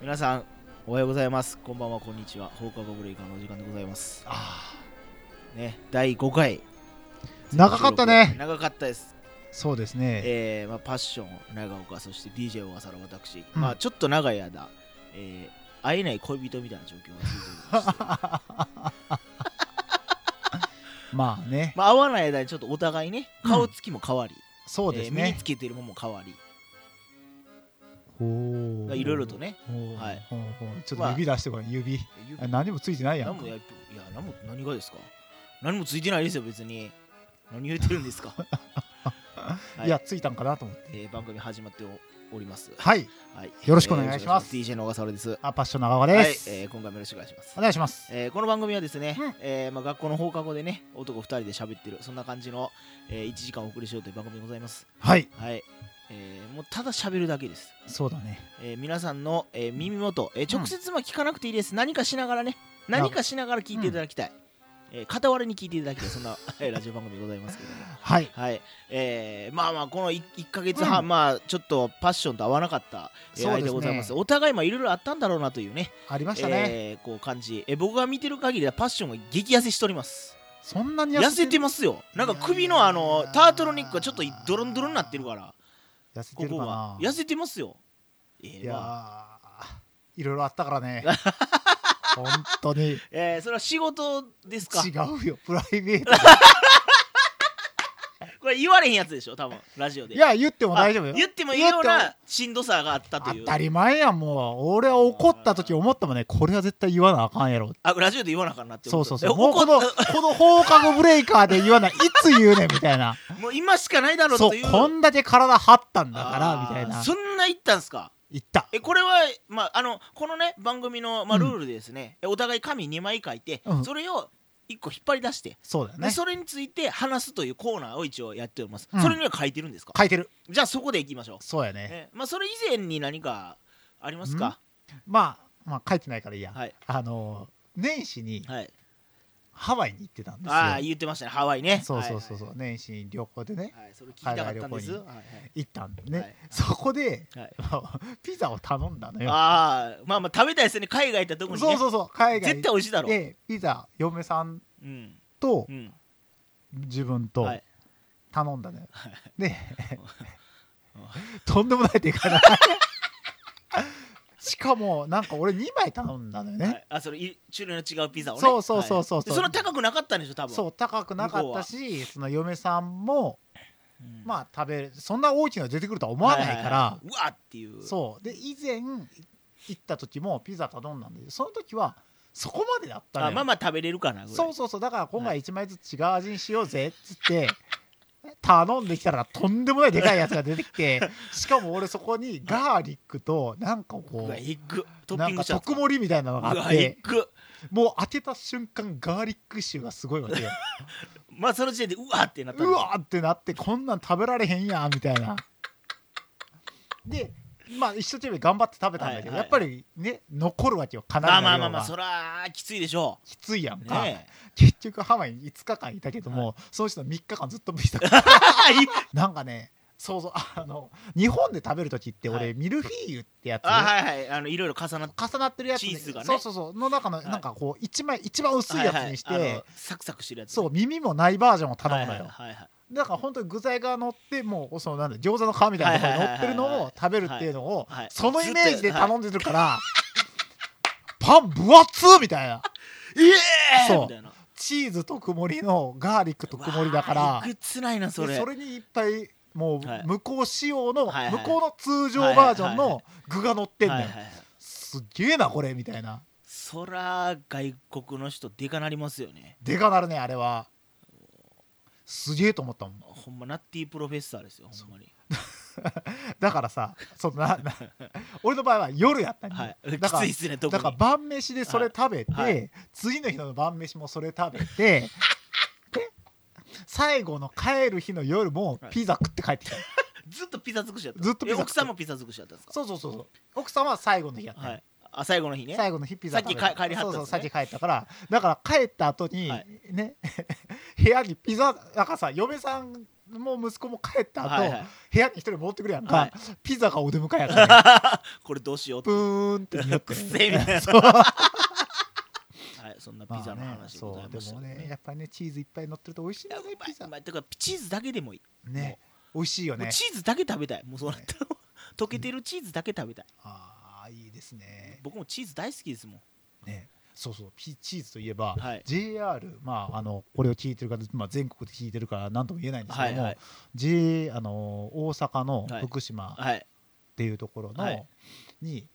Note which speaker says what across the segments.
Speaker 1: 皆さんおはようございますこんばんはこんにちは放課後ブレイカーのお時間でございます
Speaker 2: あ
Speaker 1: ね第5回
Speaker 2: ー長かったね
Speaker 1: 長かったです、
Speaker 2: そうですね
Speaker 1: えーまあ、パッション長岡そして DJ 小笠原私、
Speaker 2: うん
Speaker 1: まあちょっと長い間、えー会えない恋人みたいな状況が続いておりまして
Speaker 2: まあね
Speaker 1: まあ会わない間にちょっとお互いね顔つきも変わり、
Speaker 2: そうです
Speaker 1: えー身に
Speaker 2: ね
Speaker 1: つけているものも変わり
Speaker 2: ほう
Speaker 1: いろいろとね
Speaker 2: ほう
Speaker 1: はい
Speaker 2: ほうほうちょっ
Speaker 1: ま
Speaker 2: と
Speaker 1: あ
Speaker 2: 指出してごらん指
Speaker 1: 指
Speaker 2: あ何もついてないや
Speaker 1: 何
Speaker 2: ん
Speaker 1: もやいや何も何がですか何もついてないですよ別に何言ってるんです か、はい
Speaker 2: やついたんかなと思って
Speaker 1: えー番組始まっております
Speaker 2: はい
Speaker 1: はい
Speaker 2: よろしくお願いします
Speaker 1: えー DJ の小笠原です
Speaker 2: あパッション長岡です
Speaker 1: はい、えー今回もよろしくお願いします
Speaker 2: お、願いします
Speaker 1: えーこの番組はですね、
Speaker 2: うん
Speaker 1: えーまあ、学校の放課後でね男2人で喋ってるそんな感じの、え1時間お送りしようという番組でございます
Speaker 2: はい
Speaker 1: はい、えーもうただ喋るだけです
Speaker 2: そうだね
Speaker 1: えー皆さんの、えー耳元、えー
Speaker 2: うん
Speaker 1: 直接は聞かなくていいです、何かしながらね何かしながら聞いていただきたい、えー傍らに聞いていただきたいそんな えーラジオ番組でございますけども
Speaker 2: はい
Speaker 1: はいえーまあまあこの 1, ヶ月半、
Speaker 2: う
Speaker 1: まあちょっとパッションと合わなかった、えー
Speaker 2: そうですね
Speaker 1: 間でございますお互いまあいろいろあったんだろうなというね
Speaker 2: ありましたね
Speaker 1: えーこう感じ、えー僕が見てる限りはパッションが激痩せしております
Speaker 2: そんなに
Speaker 1: 痩せて
Speaker 2: ま
Speaker 1: ますよなんか首
Speaker 2: い
Speaker 1: の
Speaker 2: やー
Speaker 1: あのタートルネックがちょっとドロンドロンになってるから
Speaker 2: 痩せて
Speaker 1: こ
Speaker 2: る
Speaker 1: こ
Speaker 2: か
Speaker 1: が
Speaker 2: な
Speaker 1: 痩せてますよえー
Speaker 2: いや
Speaker 1: まあ
Speaker 2: ーいろいろあったから ね本当に違
Speaker 1: えー、それは仕事ですか
Speaker 2: うよプライベート
Speaker 1: これ言われへんやつでしょ多分ラジオで
Speaker 2: いや言っても
Speaker 1: あ
Speaker 2: 大丈夫よ
Speaker 1: 言ってもいいよう
Speaker 2: 言っ
Speaker 1: なしんどさがあったと
Speaker 2: 当
Speaker 1: いう
Speaker 2: たり前やんもう俺は怒った時思ったもんねこれは絶対言わなあかんやろ
Speaker 1: あラジオで言わなあかんなって
Speaker 2: そ
Speaker 1: こと
Speaker 2: うそう
Speaker 1: え
Speaker 2: そうもうこ
Speaker 1: 怒
Speaker 2: の
Speaker 1: っ
Speaker 2: この放課後ブレイカーで言わないいつ言うねん みたいな
Speaker 1: もう今しかないだろう
Speaker 2: そ
Speaker 1: と
Speaker 2: う
Speaker 1: いう
Speaker 2: こんだけ体張ったんだから
Speaker 1: あ
Speaker 2: み
Speaker 1: ー
Speaker 2: たいな
Speaker 1: そんな言ったんすか
Speaker 2: 言った
Speaker 1: えこれは、まあ、あのこのね番組の、まあ、
Speaker 2: う
Speaker 1: ル
Speaker 2: ん
Speaker 1: ールでですね、えお互い紙2枚書いて、
Speaker 2: うん
Speaker 1: それを1個引っ張り出して、
Speaker 2: そうだよ
Speaker 1: で
Speaker 2: ね
Speaker 1: それについて話すというコーナーを一応やっております、
Speaker 2: うん
Speaker 1: それには書いてるんですか
Speaker 2: 書いてる
Speaker 1: じゃあそこでいきましょう、
Speaker 2: そうやね
Speaker 1: えまあ、それ以前に何かありますか、
Speaker 2: まあまあ書いてないからいいや
Speaker 1: はい
Speaker 2: あのー年始に
Speaker 1: はい
Speaker 2: ハワイに行ってたんですよ
Speaker 1: ああ言ってましたねハワイね
Speaker 2: そうそうそうそう年始に旅行でね
Speaker 1: はいはいはいそれ聞きたかったんです
Speaker 2: 海
Speaker 1: はい
Speaker 2: 外行ったんでね、
Speaker 1: はいはい
Speaker 2: そこで
Speaker 1: はいはい
Speaker 2: ピザを頼んだのよ
Speaker 1: ああまあまあ食べたいですよね海外行ったとこにね
Speaker 2: そうそうそう海外
Speaker 1: 絶
Speaker 2: 行
Speaker 1: 対美味しいだ
Speaker 2: っ
Speaker 1: ろ
Speaker 2: てピザ嫁さん
Speaker 1: うん
Speaker 2: と
Speaker 1: うん
Speaker 2: 自分と
Speaker 1: はい
Speaker 2: 頼んだのよ、 で
Speaker 1: うん
Speaker 2: とんでもないでかいな しかもなんか俺2枚頼んだのよね、
Speaker 1: はいあそれい種類の違うピザをね
Speaker 2: そうそうそうそう
Speaker 1: はいでその高くなかったんでしょ多分
Speaker 2: そう高くなかったしその嫁さんも
Speaker 1: うん
Speaker 2: まあ食べるそんな大きいの出てくるとは思わな
Speaker 1: は
Speaker 2: いから、
Speaker 1: ははうわっていう
Speaker 2: そうで以前行った時もピザ頼んだんでその時はそこまでだったの
Speaker 1: あ
Speaker 2: よ
Speaker 1: まあまあ食べれるかなぐらい
Speaker 2: そうそうそうだから今回1枚ずつ違う味にしようぜっつって頼んできたらとんでもないでかいやつが出てき てしかも俺そこにガーリックとなんか
Speaker 1: う
Speaker 2: こ
Speaker 1: わエッグ
Speaker 2: う
Speaker 1: トッ
Speaker 2: な
Speaker 1: ピン
Speaker 2: ん
Speaker 1: グ
Speaker 2: か
Speaker 1: したやつ
Speaker 2: 特盛りみたいなの
Speaker 1: う
Speaker 2: があっ
Speaker 1: わエ
Speaker 2: て
Speaker 1: ッグ
Speaker 2: もう開けた瞬間ガーリック臭がすごいわ けよ
Speaker 1: まあその時点でうわってなったん
Speaker 2: う
Speaker 1: です
Speaker 2: わーってなってこんなん食べられへんやんみたいなでまあ一生懸命頑張って食べたんだけ
Speaker 1: はいはい
Speaker 2: ど、やっぱりね残るわけよかなり
Speaker 1: まあま
Speaker 2: の量が
Speaker 1: あまあまあそらきついでしょ
Speaker 2: きついやん
Speaker 1: う
Speaker 2: か、
Speaker 1: ねえ
Speaker 2: 結局ハワイに5日間いたけども、その人3日間ずっと見てたなんかねそうそうあの日本で食べる時って俺、
Speaker 1: はい
Speaker 2: ミルフィーユってやつ、
Speaker 1: あ はいはいあのいろいろ重なって
Speaker 2: 重なってるやつ、
Speaker 1: チーズがね
Speaker 2: そうそうそうの中の、
Speaker 1: い
Speaker 2: なんかこう一枚一番薄いやつにして、
Speaker 1: はいはいあのサクサクしてるやつ
Speaker 2: そう耳もないバージョンを頼むのよ、
Speaker 1: はいはいはいはい
Speaker 2: だから本当に具材が乗ってもうそのなんだ餃子の皮みたいなのが乗ってるのを食べるっていうの
Speaker 1: はい
Speaker 2: を、
Speaker 1: はいはい
Speaker 2: そのイメージで頼んでるから、パン分厚っみたいな
Speaker 1: ええ
Speaker 2: そう
Speaker 1: みたいな
Speaker 2: チーズと曇りのガーリックと曇りだから
Speaker 1: うわーいくつないなそれ
Speaker 2: でそれにいっぱいも
Speaker 1: はいう
Speaker 2: 向こう仕様の、
Speaker 1: はいはい
Speaker 2: 向こうの通常バージョン
Speaker 1: はいはい
Speaker 2: の具が乗ってんだ
Speaker 1: は
Speaker 2: よ、
Speaker 1: いはいはい
Speaker 2: すっげえなこれみたいな
Speaker 1: そら外国の人でかなりますよね
Speaker 2: でかなるねあれはすげえと思ったもん
Speaker 1: ほんまナッティープロフェッサーですよほんまに
Speaker 2: だからさそんなな 俺の場合は夜やったん
Speaker 1: はい
Speaker 2: だ
Speaker 1: き
Speaker 2: か
Speaker 1: つ
Speaker 2: ら
Speaker 1: いっすね特
Speaker 2: だ
Speaker 1: に
Speaker 2: から晩飯でそれ食べて、
Speaker 1: はいはい
Speaker 2: 次の日の晩飯もそ れ食べてで最後の帰る日の夜もピザ食って帰ってきた、
Speaker 1: ずっとピザ尽くしやった
Speaker 2: ずっとピザ
Speaker 1: え奥さんもピザ尽くしやったんですか
Speaker 2: そうそうそうそう奥さんは最後の日やったよ、
Speaker 1: はいあ最後の日ね
Speaker 2: 最後のヒッピーだ
Speaker 1: さっき帰帰りはったんですね
Speaker 2: そうそうさっき帰ったからだから帰った後に、
Speaker 1: はい
Speaker 2: ね部屋にピザなんかさ嫁さんもう息子も帰った後、
Speaker 1: はいはい
Speaker 2: 部屋に一人戻ってくるやんか、
Speaker 1: はい
Speaker 2: ピザがお出迎えやから、 ね、
Speaker 1: これどうしようって
Speaker 2: プーンって匂って
Speaker 1: くっせえみたいな
Speaker 2: そう
Speaker 1: はい、そんなピザの話でございました
Speaker 2: まあねそうでもね
Speaker 1: ね。
Speaker 2: やっぱりねチーズいっぱい乗ってると美味しいんだよね
Speaker 1: うまい
Speaker 2: ピザ
Speaker 1: うまいだからチーズだけでもいい。
Speaker 2: ね美味しいよ
Speaker 1: もう
Speaker 2: ね
Speaker 1: チーズだけ食べたい。もうそうなったら、溶けてるチーズだけ食べたい。
Speaker 2: ああいいですね
Speaker 1: 僕もチーズ大好きですもん。
Speaker 2: ねそうそうピチーズといえば、
Speaker 1: はい
Speaker 2: JR まああのこれを聞いてる方、まあ、全国で聞いてるから何とも言えないんですけ
Speaker 1: は
Speaker 2: ど
Speaker 1: い
Speaker 2: も、
Speaker 1: はい
Speaker 2: J あの大阪の
Speaker 1: はい
Speaker 2: 福島っ
Speaker 1: はい。
Speaker 2: ていうところの、
Speaker 1: はい
Speaker 2: に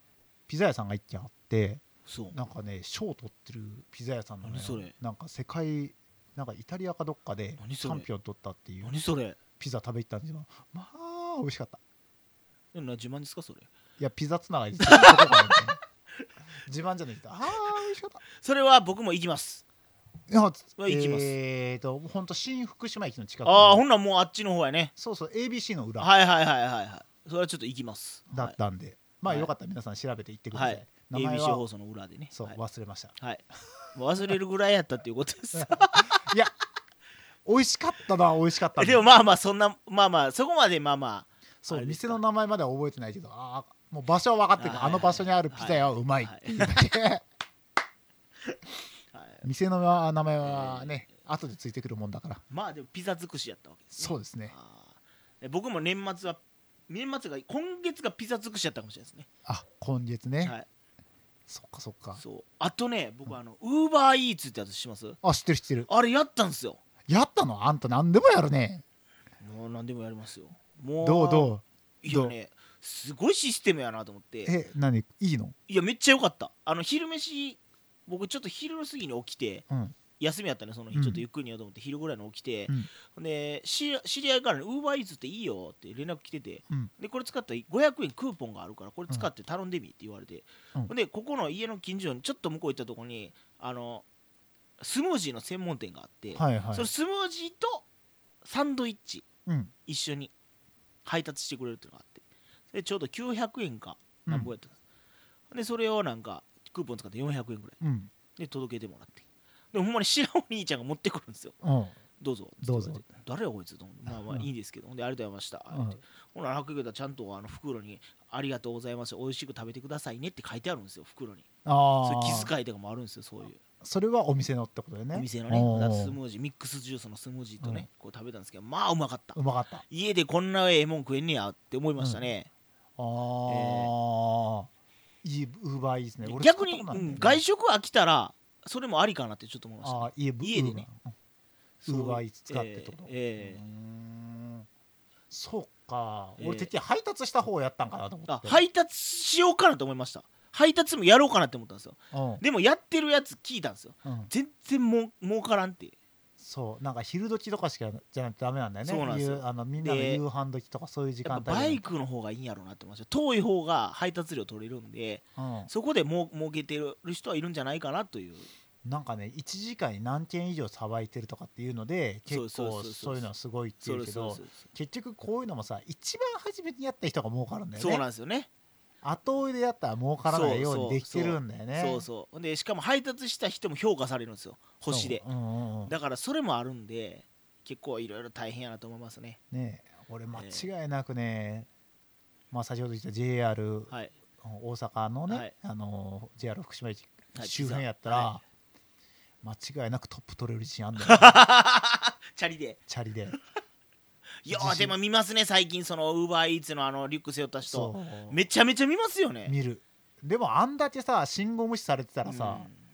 Speaker 2: ピザ屋さんが一軒あって
Speaker 1: そう。
Speaker 2: なんかね賞を取ってるピザ屋さんなのよ
Speaker 1: 何それ
Speaker 2: なんか世界なんかイタリアかどっかで
Speaker 1: 何
Speaker 2: チ
Speaker 1: そ
Speaker 2: ャ
Speaker 1: れ
Speaker 2: ンピオン取ったっていう
Speaker 1: 何それ。
Speaker 2: ピザ食べ行ったんですよまあ美味しかった
Speaker 1: えな自慢ですかそれ。
Speaker 2: いやピザつなが りですどこかなんですね自慢じゃないですああ美味しかった
Speaker 1: それは僕も行きます。
Speaker 2: いやつ
Speaker 1: は行きます
Speaker 2: えーとほんと新福島駅の近く
Speaker 1: ああ、ほんならもうあっちの方やね。
Speaker 2: そうそう ABC の裏
Speaker 1: はいはいはいはいはい。それはちょっと行きます。
Speaker 2: だったんで、まあ
Speaker 1: はい
Speaker 2: よかったら皆さん調べて行ってください、
Speaker 1: はい
Speaker 2: 名前
Speaker 1: ABC 放
Speaker 2: は
Speaker 1: 送の裏でね。
Speaker 2: そう、
Speaker 1: はい
Speaker 2: 忘れました
Speaker 1: はい。もう忘れるぐらいやったっていうこと です。
Speaker 2: いや美味しかったな美味しかったな
Speaker 1: でもまあまあそんなまあまあそこまでまあま
Speaker 2: そ
Speaker 1: あ
Speaker 2: う
Speaker 1: れです
Speaker 2: 店
Speaker 1: か
Speaker 2: の名前までは覚えてないけどああもう場所は分かってるからあの場所にあるピザ屋はうまいっていうだけ、
Speaker 1: あ、はい
Speaker 2: 店の名前はね、後でついてくるもんだから
Speaker 1: まあでもピザ尽くしやったわけです、ね。
Speaker 2: そうですね
Speaker 1: あーで僕も年末は年末が今月がピザ尽くしだったかもしれないで
Speaker 2: あ今月ね、
Speaker 1: すね、はい、
Speaker 2: そっかそっか
Speaker 1: そうあとね僕あのウーバーイーツってやつします
Speaker 2: あ知ってる知ってる
Speaker 1: あれやったんですよ
Speaker 2: やったのあんた何でもやるね
Speaker 1: もう何でもやりますよもう
Speaker 2: どうど
Speaker 1: いやねすごいシステムやなと思っ
Speaker 2: う
Speaker 1: て
Speaker 2: え何いいの
Speaker 1: いやめっちゃ良かったあの昼飯僕ちょっと昼過ぎに起きて
Speaker 2: うん
Speaker 1: 休みやったねその
Speaker 2: う
Speaker 1: 日
Speaker 2: ん
Speaker 1: ちょっとゆっくり寝ようと思って昼ぐらいに起きて
Speaker 2: う、ん
Speaker 1: ほんでし知り合いからね「ウーバーイーツっていいよ」って連絡来てて、
Speaker 2: うん
Speaker 1: でこれ使ったら500円クーポンがあるからこれ使って頼んでみって言われて、
Speaker 2: うん
Speaker 1: ほんでここの家の近所にちょっと向こう行ったとこにあのスムージーの専門店があって、
Speaker 2: はいはい
Speaker 1: そのスムージーとサンドイッチ
Speaker 2: うん
Speaker 1: 一緒に配達してくれるっていうのがあってでちょうど900円か
Speaker 2: うん
Speaker 1: なんぼやったんです、ほんでそれをなんかクーポン使って400円ぐらい
Speaker 2: うん
Speaker 1: で届けてもらってでもほんまに知らんお兄ちゃんが持ってくるんですよ
Speaker 2: うん
Speaker 1: どうぞ
Speaker 2: どうぞ
Speaker 1: 誰やこいつと思ってまあまあ
Speaker 2: うん
Speaker 1: いいんですけど、ほんでありがとうございました、
Speaker 2: うん
Speaker 1: ってほな白玉ちゃんとあの袋にありがとうございます美味しく食べてくださいねって書いてあるんですよ袋に
Speaker 2: あ
Speaker 1: そう
Speaker 2: あ
Speaker 1: いう気遣いとかもあるんですよそういう
Speaker 2: それはお店のってことだよね
Speaker 1: お店の
Speaker 2: お
Speaker 1: ね
Speaker 2: ー
Speaker 1: だからスムージーミックスジュースのスムージーとね、こう食べたんですけどまあうまかった
Speaker 2: うまかったあ
Speaker 1: 家でこんなええもん食えんねやって思いましたね、
Speaker 2: あー、いいウーバーいいですね俺
Speaker 1: 逆に、
Speaker 2: 使ったことない
Speaker 1: うんん
Speaker 2: だ
Speaker 1: 外
Speaker 2: よね
Speaker 1: 食飽きたらそれもありかなってちょっと思いました、
Speaker 2: ああ家
Speaker 1: 家でね
Speaker 2: ウ
Speaker 1: そう
Speaker 2: ーバーイーツ使ってってこと、
Speaker 1: ええええ
Speaker 2: うーんそうか、
Speaker 1: ええ
Speaker 2: 俺てっきり配達した方をやったんかなと思
Speaker 1: あ
Speaker 2: ってい、
Speaker 1: 配達しようかなと思いました配達もやろうかなって思ったんですよ
Speaker 2: うん
Speaker 1: でもやってるやつ聞いたんですよ
Speaker 2: うん、
Speaker 1: 全然もう儲からんって
Speaker 2: そうなんか昼時とかしかじゃなくてダメなんだよね
Speaker 1: そうなんですよ
Speaker 2: 夕あのみんなの
Speaker 1: で
Speaker 2: 夕飯時とかそういう時
Speaker 1: やっ
Speaker 2: 間帯
Speaker 1: ぱバイクの方がいいんやろうなって思いました遠い方が配達料取れるんで
Speaker 2: うん、
Speaker 1: そこでもう儲けてる人はいるんじゃないかなという
Speaker 2: なんかね1時間に何件以上さばいてるとかっていうので結構
Speaker 1: そうそうそうそう
Speaker 2: そういうのはすごいっていうけど
Speaker 1: そう
Speaker 2: 結局こういうのもさ一番初めにやった人が儲かるんだよ
Speaker 1: そうな
Speaker 2: ね
Speaker 1: んですよね
Speaker 2: 後追いでやったら儲からないよう
Speaker 1: そ
Speaker 2: に
Speaker 1: う
Speaker 2: できてるんだよね
Speaker 1: そうそうでしかも配達した人も評価されるんですよ星で
Speaker 2: そううんうんうん
Speaker 1: だからそれもあるんで結構いろいろ大変やなと思いますね
Speaker 2: ねえ俺間違いなくね、まあ、先ほど言った JR
Speaker 1: はい
Speaker 2: 大阪のね、
Speaker 1: はい
Speaker 2: あの JR 福島駅
Speaker 1: はい
Speaker 2: 周辺やったら、
Speaker 1: は
Speaker 2: 間違いなくトップ取れる自信あんだよ、
Speaker 1: チャリで
Speaker 2: チャリで
Speaker 1: いや
Speaker 2: 自
Speaker 1: で
Speaker 2: 信
Speaker 1: も見ますね最近そのウーバーイーツのあのリュック背負った人
Speaker 2: そう
Speaker 1: めちゃめちゃ見ますよね
Speaker 2: 見るでもあんだけさ信号無視されてたらさ、
Speaker 1: うん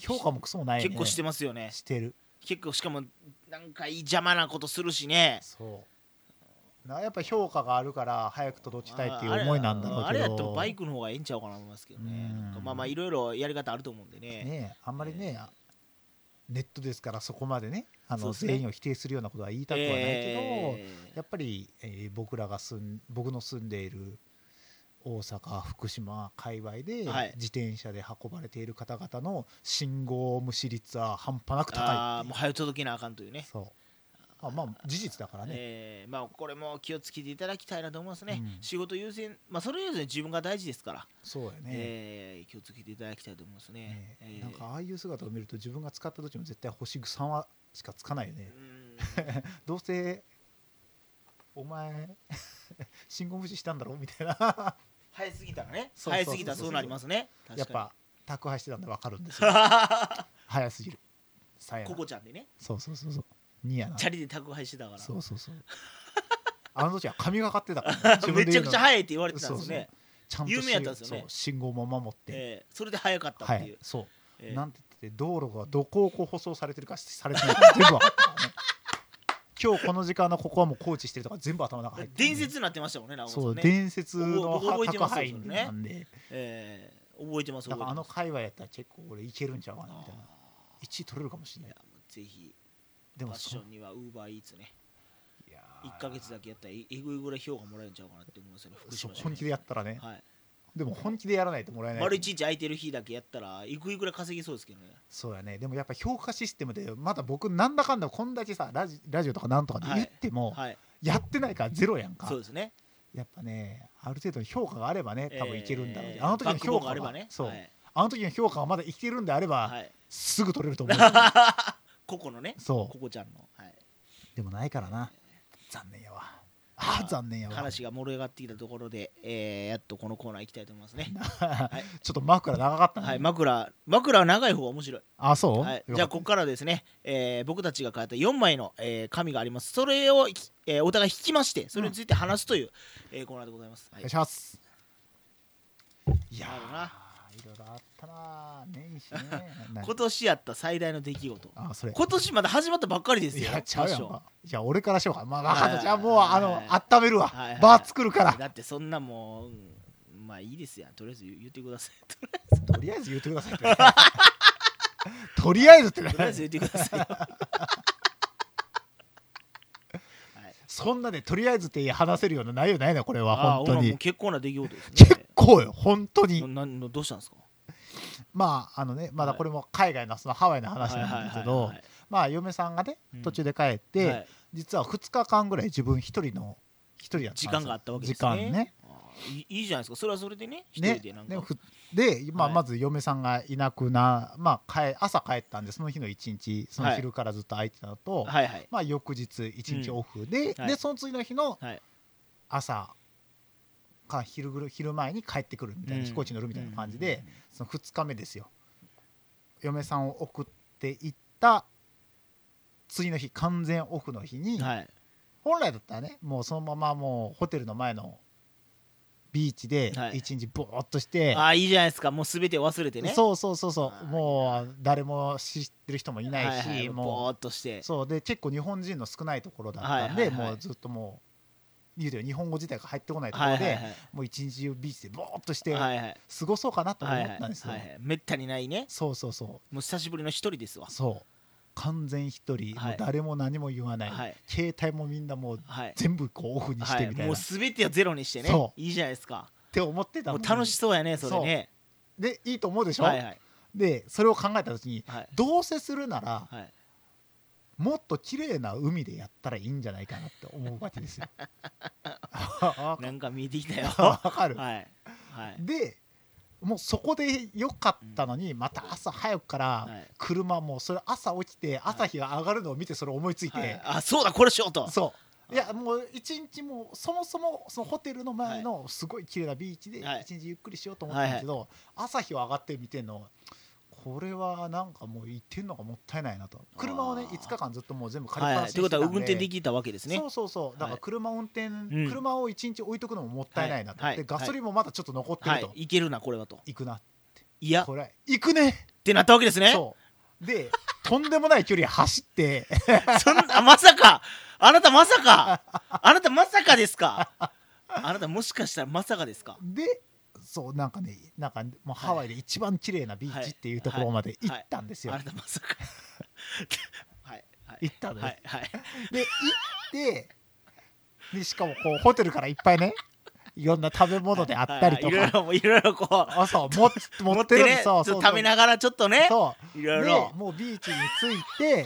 Speaker 2: 評価もクソもないよね
Speaker 1: 結構してますよね
Speaker 2: してる
Speaker 1: 結構しかもなんかいい邪魔なことするしね
Speaker 2: そうなやっぱ評価があるから早く届きたいっていう思いなんだろうけど
Speaker 1: あれあれやってもバイクの方がええんちゃうかなと思いますけどね
Speaker 2: うん
Speaker 1: なんかまあまあいろいろやり方あると思うんでね
Speaker 2: ねえあんまりね、あネットですからそこまでねあ
Speaker 1: そう
Speaker 2: の
Speaker 1: ですね
Speaker 2: 全員を否定するようなことは言いたくはないけど、
Speaker 1: え
Speaker 2: やっぱり、えー僕らが住ん僕の住んでいる大阪福島界隈で
Speaker 1: はい
Speaker 2: 自転車で運ばれている方々の信号無視率は半端なく
Speaker 1: ーあー
Speaker 2: 高い
Speaker 1: もう早く届けなあかんというね
Speaker 2: そうあまあ事実だからね、
Speaker 1: えーまあこれも気をつけていただきたいなと思いますね、
Speaker 2: うん
Speaker 1: 仕事優先まあそれより自分が大事ですから、
Speaker 2: そうやね、
Speaker 1: えー気をつけていただきたいと思いますね
Speaker 2: ね
Speaker 1: えー
Speaker 2: なんかああいう姿を見ると自分が使った時も絶対星3はしかつかないよね
Speaker 1: う、ん
Speaker 2: どうせお前 信号無視したんだろみたいな
Speaker 1: 早すぎたらね
Speaker 2: そうそうそうそう
Speaker 1: 早すぎたらそうなりますね
Speaker 2: やっ
Speaker 1: 確か
Speaker 2: ぱ宅配してたんで分かる んですよ
Speaker 1: に
Speaker 2: 早すぎるさやな
Speaker 1: ココちゃんでね
Speaker 2: そうそうそうそうニやな
Speaker 1: チャリで宅配してた から
Speaker 2: そうそうそうあの時は神がかって たから自
Speaker 1: め
Speaker 2: 分で
Speaker 1: ち
Speaker 2: 言
Speaker 1: ゃ
Speaker 2: う
Speaker 1: く
Speaker 2: の
Speaker 1: ちゃ早いって言われてたんです
Speaker 2: そう
Speaker 1: ね
Speaker 2: ちゃんと
Speaker 1: 有名やったんですよね
Speaker 2: そう信号も守って、
Speaker 1: えーそれで早かった
Speaker 2: は
Speaker 1: っていう
Speaker 2: いそう、
Speaker 1: えー
Speaker 2: なんて言ってて道路がどこをこう舗装されてるかされてないか全部 分かったからね今日この時間のここはもう工事してるとか全部頭の中入ってる
Speaker 1: 伝説になってましたもんねなお
Speaker 2: そう、
Speaker 1: ね
Speaker 2: 伝説の
Speaker 1: 覚えて
Speaker 2: 宅
Speaker 1: ますよ
Speaker 2: 配
Speaker 1: それね
Speaker 2: なんで、
Speaker 1: えー覚えてます
Speaker 2: だ
Speaker 1: 覚えて
Speaker 2: からあの
Speaker 1: ます
Speaker 2: 界隈やったら結構俺いけるんちゃうかなみたいな
Speaker 1: あ
Speaker 2: 1位取れるかもしれ
Speaker 1: ーい
Speaker 2: ない
Speaker 1: やもうぜひ
Speaker 2: で
Speaker 1: ファ
Speaker 2: も
Speaker 1: ッシ
Speaker 2: そ
Speaker 1: ョンにはウーバーイーツね
Speaker 2: いやー
Speaker 1: 1か月だけやったらええぐいぐらい票がもらえるんちゃうかなって思いますよね福
Speaker 2: そ
Speaker 1: 島じ
Speaker 2: う
Speaker 1: ゃね
Speaker 2: 本気でやったらね、
Speaker 1: はい
Speaker 2: でも本気でやらないともらえない
Speaker 1: 丸一日空いてる日だけやったらえぐいぐらい稼ぎそうですけどね
Speaker 2: そうやねでもやっぱ評価システムでまだ僕なんだかんだこんだけさラジラジオとかなんとかで言っても、
Speaker 1: はい
Speaker 2: やってないからゼロやんか
Speaker 1: そうですね
Speaker 2: やっぱねある程度の評価があればね多分いけるんだろうけど、
Speaker 1: えー
Speaker 2: あの時の
Speaker 1: バックボ
Speaker 2: 評
Speaker 1: ーン
Speaker 2: 価
Speaker 1: が
Speaker 2: は
Speaker 1: あればね
Speaker 2: そう、
Speaker 1: はい
Speaker 2: あの時の評価がまだいけるんであれば、
Speaker 1: はい
Speaker 2: すぐ取れる と思う
Speaker 1: ココのね
Speaker 2: そ
Speaker 1: ココちゃんのはいう
Speaker 2: でもないからな残念やわあ
Speaker 1: まあ
Speaker 2: ー残念やわち
Speaker 1: 話が盛り上がってきたところでえーやっとこのコーナー行きたいと思いますね
Speaker 2: ょっと枕長かったね、
Speaker 1: はい枕枕は長い方が面白い
Speaker 2: あそう、
Speaker 1: はい、
Speaker 2: よ
Speaker 1: じゃ
Speaker 2: か
Speaker 1: あ
Speaker 2: った
Speaker 1: ここからはですね、えー僕たちが書いた4枚の、えー紙がありますそれを、えーお互い引きましてそれについて話すという、えーコーナーでございます、は
Speaker 2: お
Speaker 1: い
Speaker 2: 願いしますいや
Speaker 1: なる
Speaker 2: ーいろいろあったなー年始ね 何
Speaker 1: 今年やった最大の出来事
Speaker 2: あそれ
Speaker 1: 今年まだ始まったばっかりです
Speaker 2: い
Speaker 1: よ
Speaker 2: や、ちゃうやん
Speaker 1: ファッ
Speaker 2: か。じゃあ、俺からしようか。まあ、
Speaker 1: はい
Speaker 2: 分かった。じゃあ、もう、あの
Speaker 1: はい、
Speaker 2: 温めるわ
Speaker 1: はいはい。
Speaker 2: バー作るか
Speaker 1: ションだ
Speaker 2: ら。
Speaker 1: ってそんなもう、うんまあいいですやんとりあえず言言ってくださいとりあえず
Speaker 2: とりあえず言ってくださいって。 とりあえずってね
Speaker 1: とりあえず言ってくださ いよはい
Speaker 2: そんなで、とりあえずって話せるような内容ないの、これ
Speaker 1: あ
Speaker 2: は、
Speaker 1: ー
Speaker 2: 本当
Speaker 1: ほらもう
Speaker 2: に。
Speaker 1: 結構な出来事ですね
Speaker 2: 結構よ、本当に。
Speaker 1: ななどうしたんですか
Speaker 2: まあ、あのね、まだこれも海外の、そのハワイの話なんですけど
Speaker 1: はいはいはいはい、
Speaker 2: まあ、嫁さんがね
Speaker 1: うん、
Speaker 2: 途中で帰っ
Speaker 1: は
Speaker 2: て、
Speaker 1: い
Speaker 2: 実は2日間ぐらい自分一人の、一人だったんです
Speaker 1: 時
Speaker 2: よ
Speaker 1: 間があったわけですね
Speaker 2: 時間ね。
Speaker 1: あーいいいいじゃないですかそれはそれでね一
Speaker 2: ね
Speaker 1: 人でなん、か、
Speaker 2: でもふで、まあ、
Speaker 1: はい
Speaker 2: まず嫁さんがいなくな、まあ、帰朝帰ったんでその日の一日その
Speaker 1: はい
Speaker 2: 昼からずっと空いてたのと、
Speaker 1: はいはい
Speaker 2: まあ、翌日一日オフで,、
Speaker 1: はい
Speaker 2: でその次の日の
Speaker 1: はい
Speaker 2: 朝か昼ぐる昼前に帰ってくるみたいな、飛行機乗るみたいな感じで、その2日目ですよ嫁さんを送っていった次の日完全オフの日
Speaker 1: う
Speaker 2: に、
Speaker 1: んはい
Speaker 2: 本来だったらねもうそのままもうホテルの前のビーチで
Speaker 1: はい
Speaker 2: 一日ぼーっとして、
Speaker 1: あーいいじゃないですかもう全て忘れてね
Speaker 2: そうそうそうそ
Speaker 1: あ
Speaker 2: う
Speaker 1: ー
Speaker 2: もう誰も知ってる人もい
Speaker 1: い
Speaker 2: ないし、
Speaker 1: はいはい、
Speaker 2: も
Speaker 1: ぼーっとして
Speaker 2: うそうで結構日本人の少ないところだったん
Speaker 1: は
Speaker 2: で、
Speaker 1: いはいはい
Speaker 2: もうずっともう言うてよ日本語自体が入ってこないとこ
Speaker 1: はい
Speaker 2: ろ
Speaker 1: は
Speaker 2: で、
Speaker 1: いはい
Speaker 2: もう一日中ビーチでぼーっとして
Speaker 1: はい
Speaker 2: 過
Speaker 1: はい
Speaker 2: ごそうかなと
Speaker 1: はいは
Speaker 2: 思っ
Speaker 1: いはい
Speaker 2: たんですよ、
Speaker 1: はいめったにないね
Speaker 2: そうそうそ
Speaker 1: もう久しぶりの一人ですわ
Speaker 2: うそう完全一人、
Speaker 1: はい
Speaker 2: もう誰も何も言わない、
Speaker 1: はい
Speaker 2: 携帯もみんなもう
Speaker 1: はい
Speaker 2: 全部こうオフにし
Speaker 1: は
Speaker 2: て
Speaker 1: い
Speaker 2: みたいな、
Speaker 1: もう
Speaker 2: っ
Speaker 1: 全てをゼロにしてね
Speaker 2: そ
Speaker 1: いいじゃないですか
Speaker 2: て思ってた
Speaker 1: もう
Speaker 2: のに
Speaker 1: 楽しそうやねそれね
Speaker 2: でいいと思うでしょ、
Speaker 1: はいはい
Speaker 2: でそれを考えた時に
Speaker 1: はい
Speaker 2: どうせするなら、
Speaker 1: はい
Speaker 2: もっと綺麗な海でやったらいいんじゃないかなって思うわけです よ。 わ
Speaker 1: なんか見えてきたよは
Speaker 2: か
Speaker 1: い
Speaker 2: る。
Speaker 1: はい
Speaker 2: でもうそこで良かったのにまた朝早くから
Speaker 1: はい
Speaker 2: 車もそれ朝起きて朝日が上がるのを見てそれ思いつい
Speaker 1: はい
Speaker 2: て
Speaker 1: あそうだこれしようと
Speaker 2: そういやもう一日もそもそもそのホテルの前のすごい綺麗なビーチで
Speaker 1: はい
Speaker 2: 一日ゆっくりしようと思ったんですけど朝日を上がって見てんのこれはなんかもう行ってんのがもったいないなと車をね
Speaker 1: あー
Speaker 2: 5日間ずっともう全部借り
Speaker 1: は
Speaker 2: っ
Speaker 1: い
Speaker 2: ぱ
Speaker 1: は
Speaker 2: ないし
Speaker 1: とい
Speaker 2: に
Speaker 1: うこ
Speaker 2: してた
Speaker 1: と
Speaker 2: んで
Speaker 1: は運転できたわけですね
Speaker 2: そうそうそうだから車運転、
Speaker 1: ん
Speaker 2: 車を一日置いとくのももったいないなと、
Speaker 1: はい
Speaker 2: で
Speaker 1: はい
Speaker 2: ガソリンもまだちょっと残って
Speaker 1: は
Speaker 2: る
Speaker 1: い
Speaker 2: と、
Speaker 1: いけるなこれはと
Speaker 2: 行くない
Speaker 1: やっ
Speaker 2: これ行くね
Speaker 1: てなったわけですね
Speaker 2: そうでとんでもない距離走って
Speaker 1: そんな、まさか、あなたまさか、あなたまさかですか。あなたもしかしたらまさかですか。
Speaker 2: でそうなんかねなんかもうハワイで一番綺麗なビーチっていうところまで行ったんですよ、
Speaker 1: あなたまさか。はい。はい
Speaker 2: 行ったんです
Speaker 1: はい。はい。
Speaker 2: で行ってでしかもこうホテルからいっぱいねいろんな食べ物であったりと
Speaker 1: はいはいい
Speaker 2: か、
Speaker 1: ろいろ、いろいろこう。
Speaker 2: 朝持つ持ってるんで
Speaker 1: ね、
Speaker 2: す
Speaker 1: ちょ
Speaker 2: そ
Speaker 1: っ
Speaker 2: うそ
Speaker 1: と
Speaker 2: うそう
Speaker 1: 食べながらちょっとね、
Speaker 2: そう
Speaker 1: いろい
Speaker 2: で
Speaker 1: ろ。
Speaker 2: もうビーチに着い て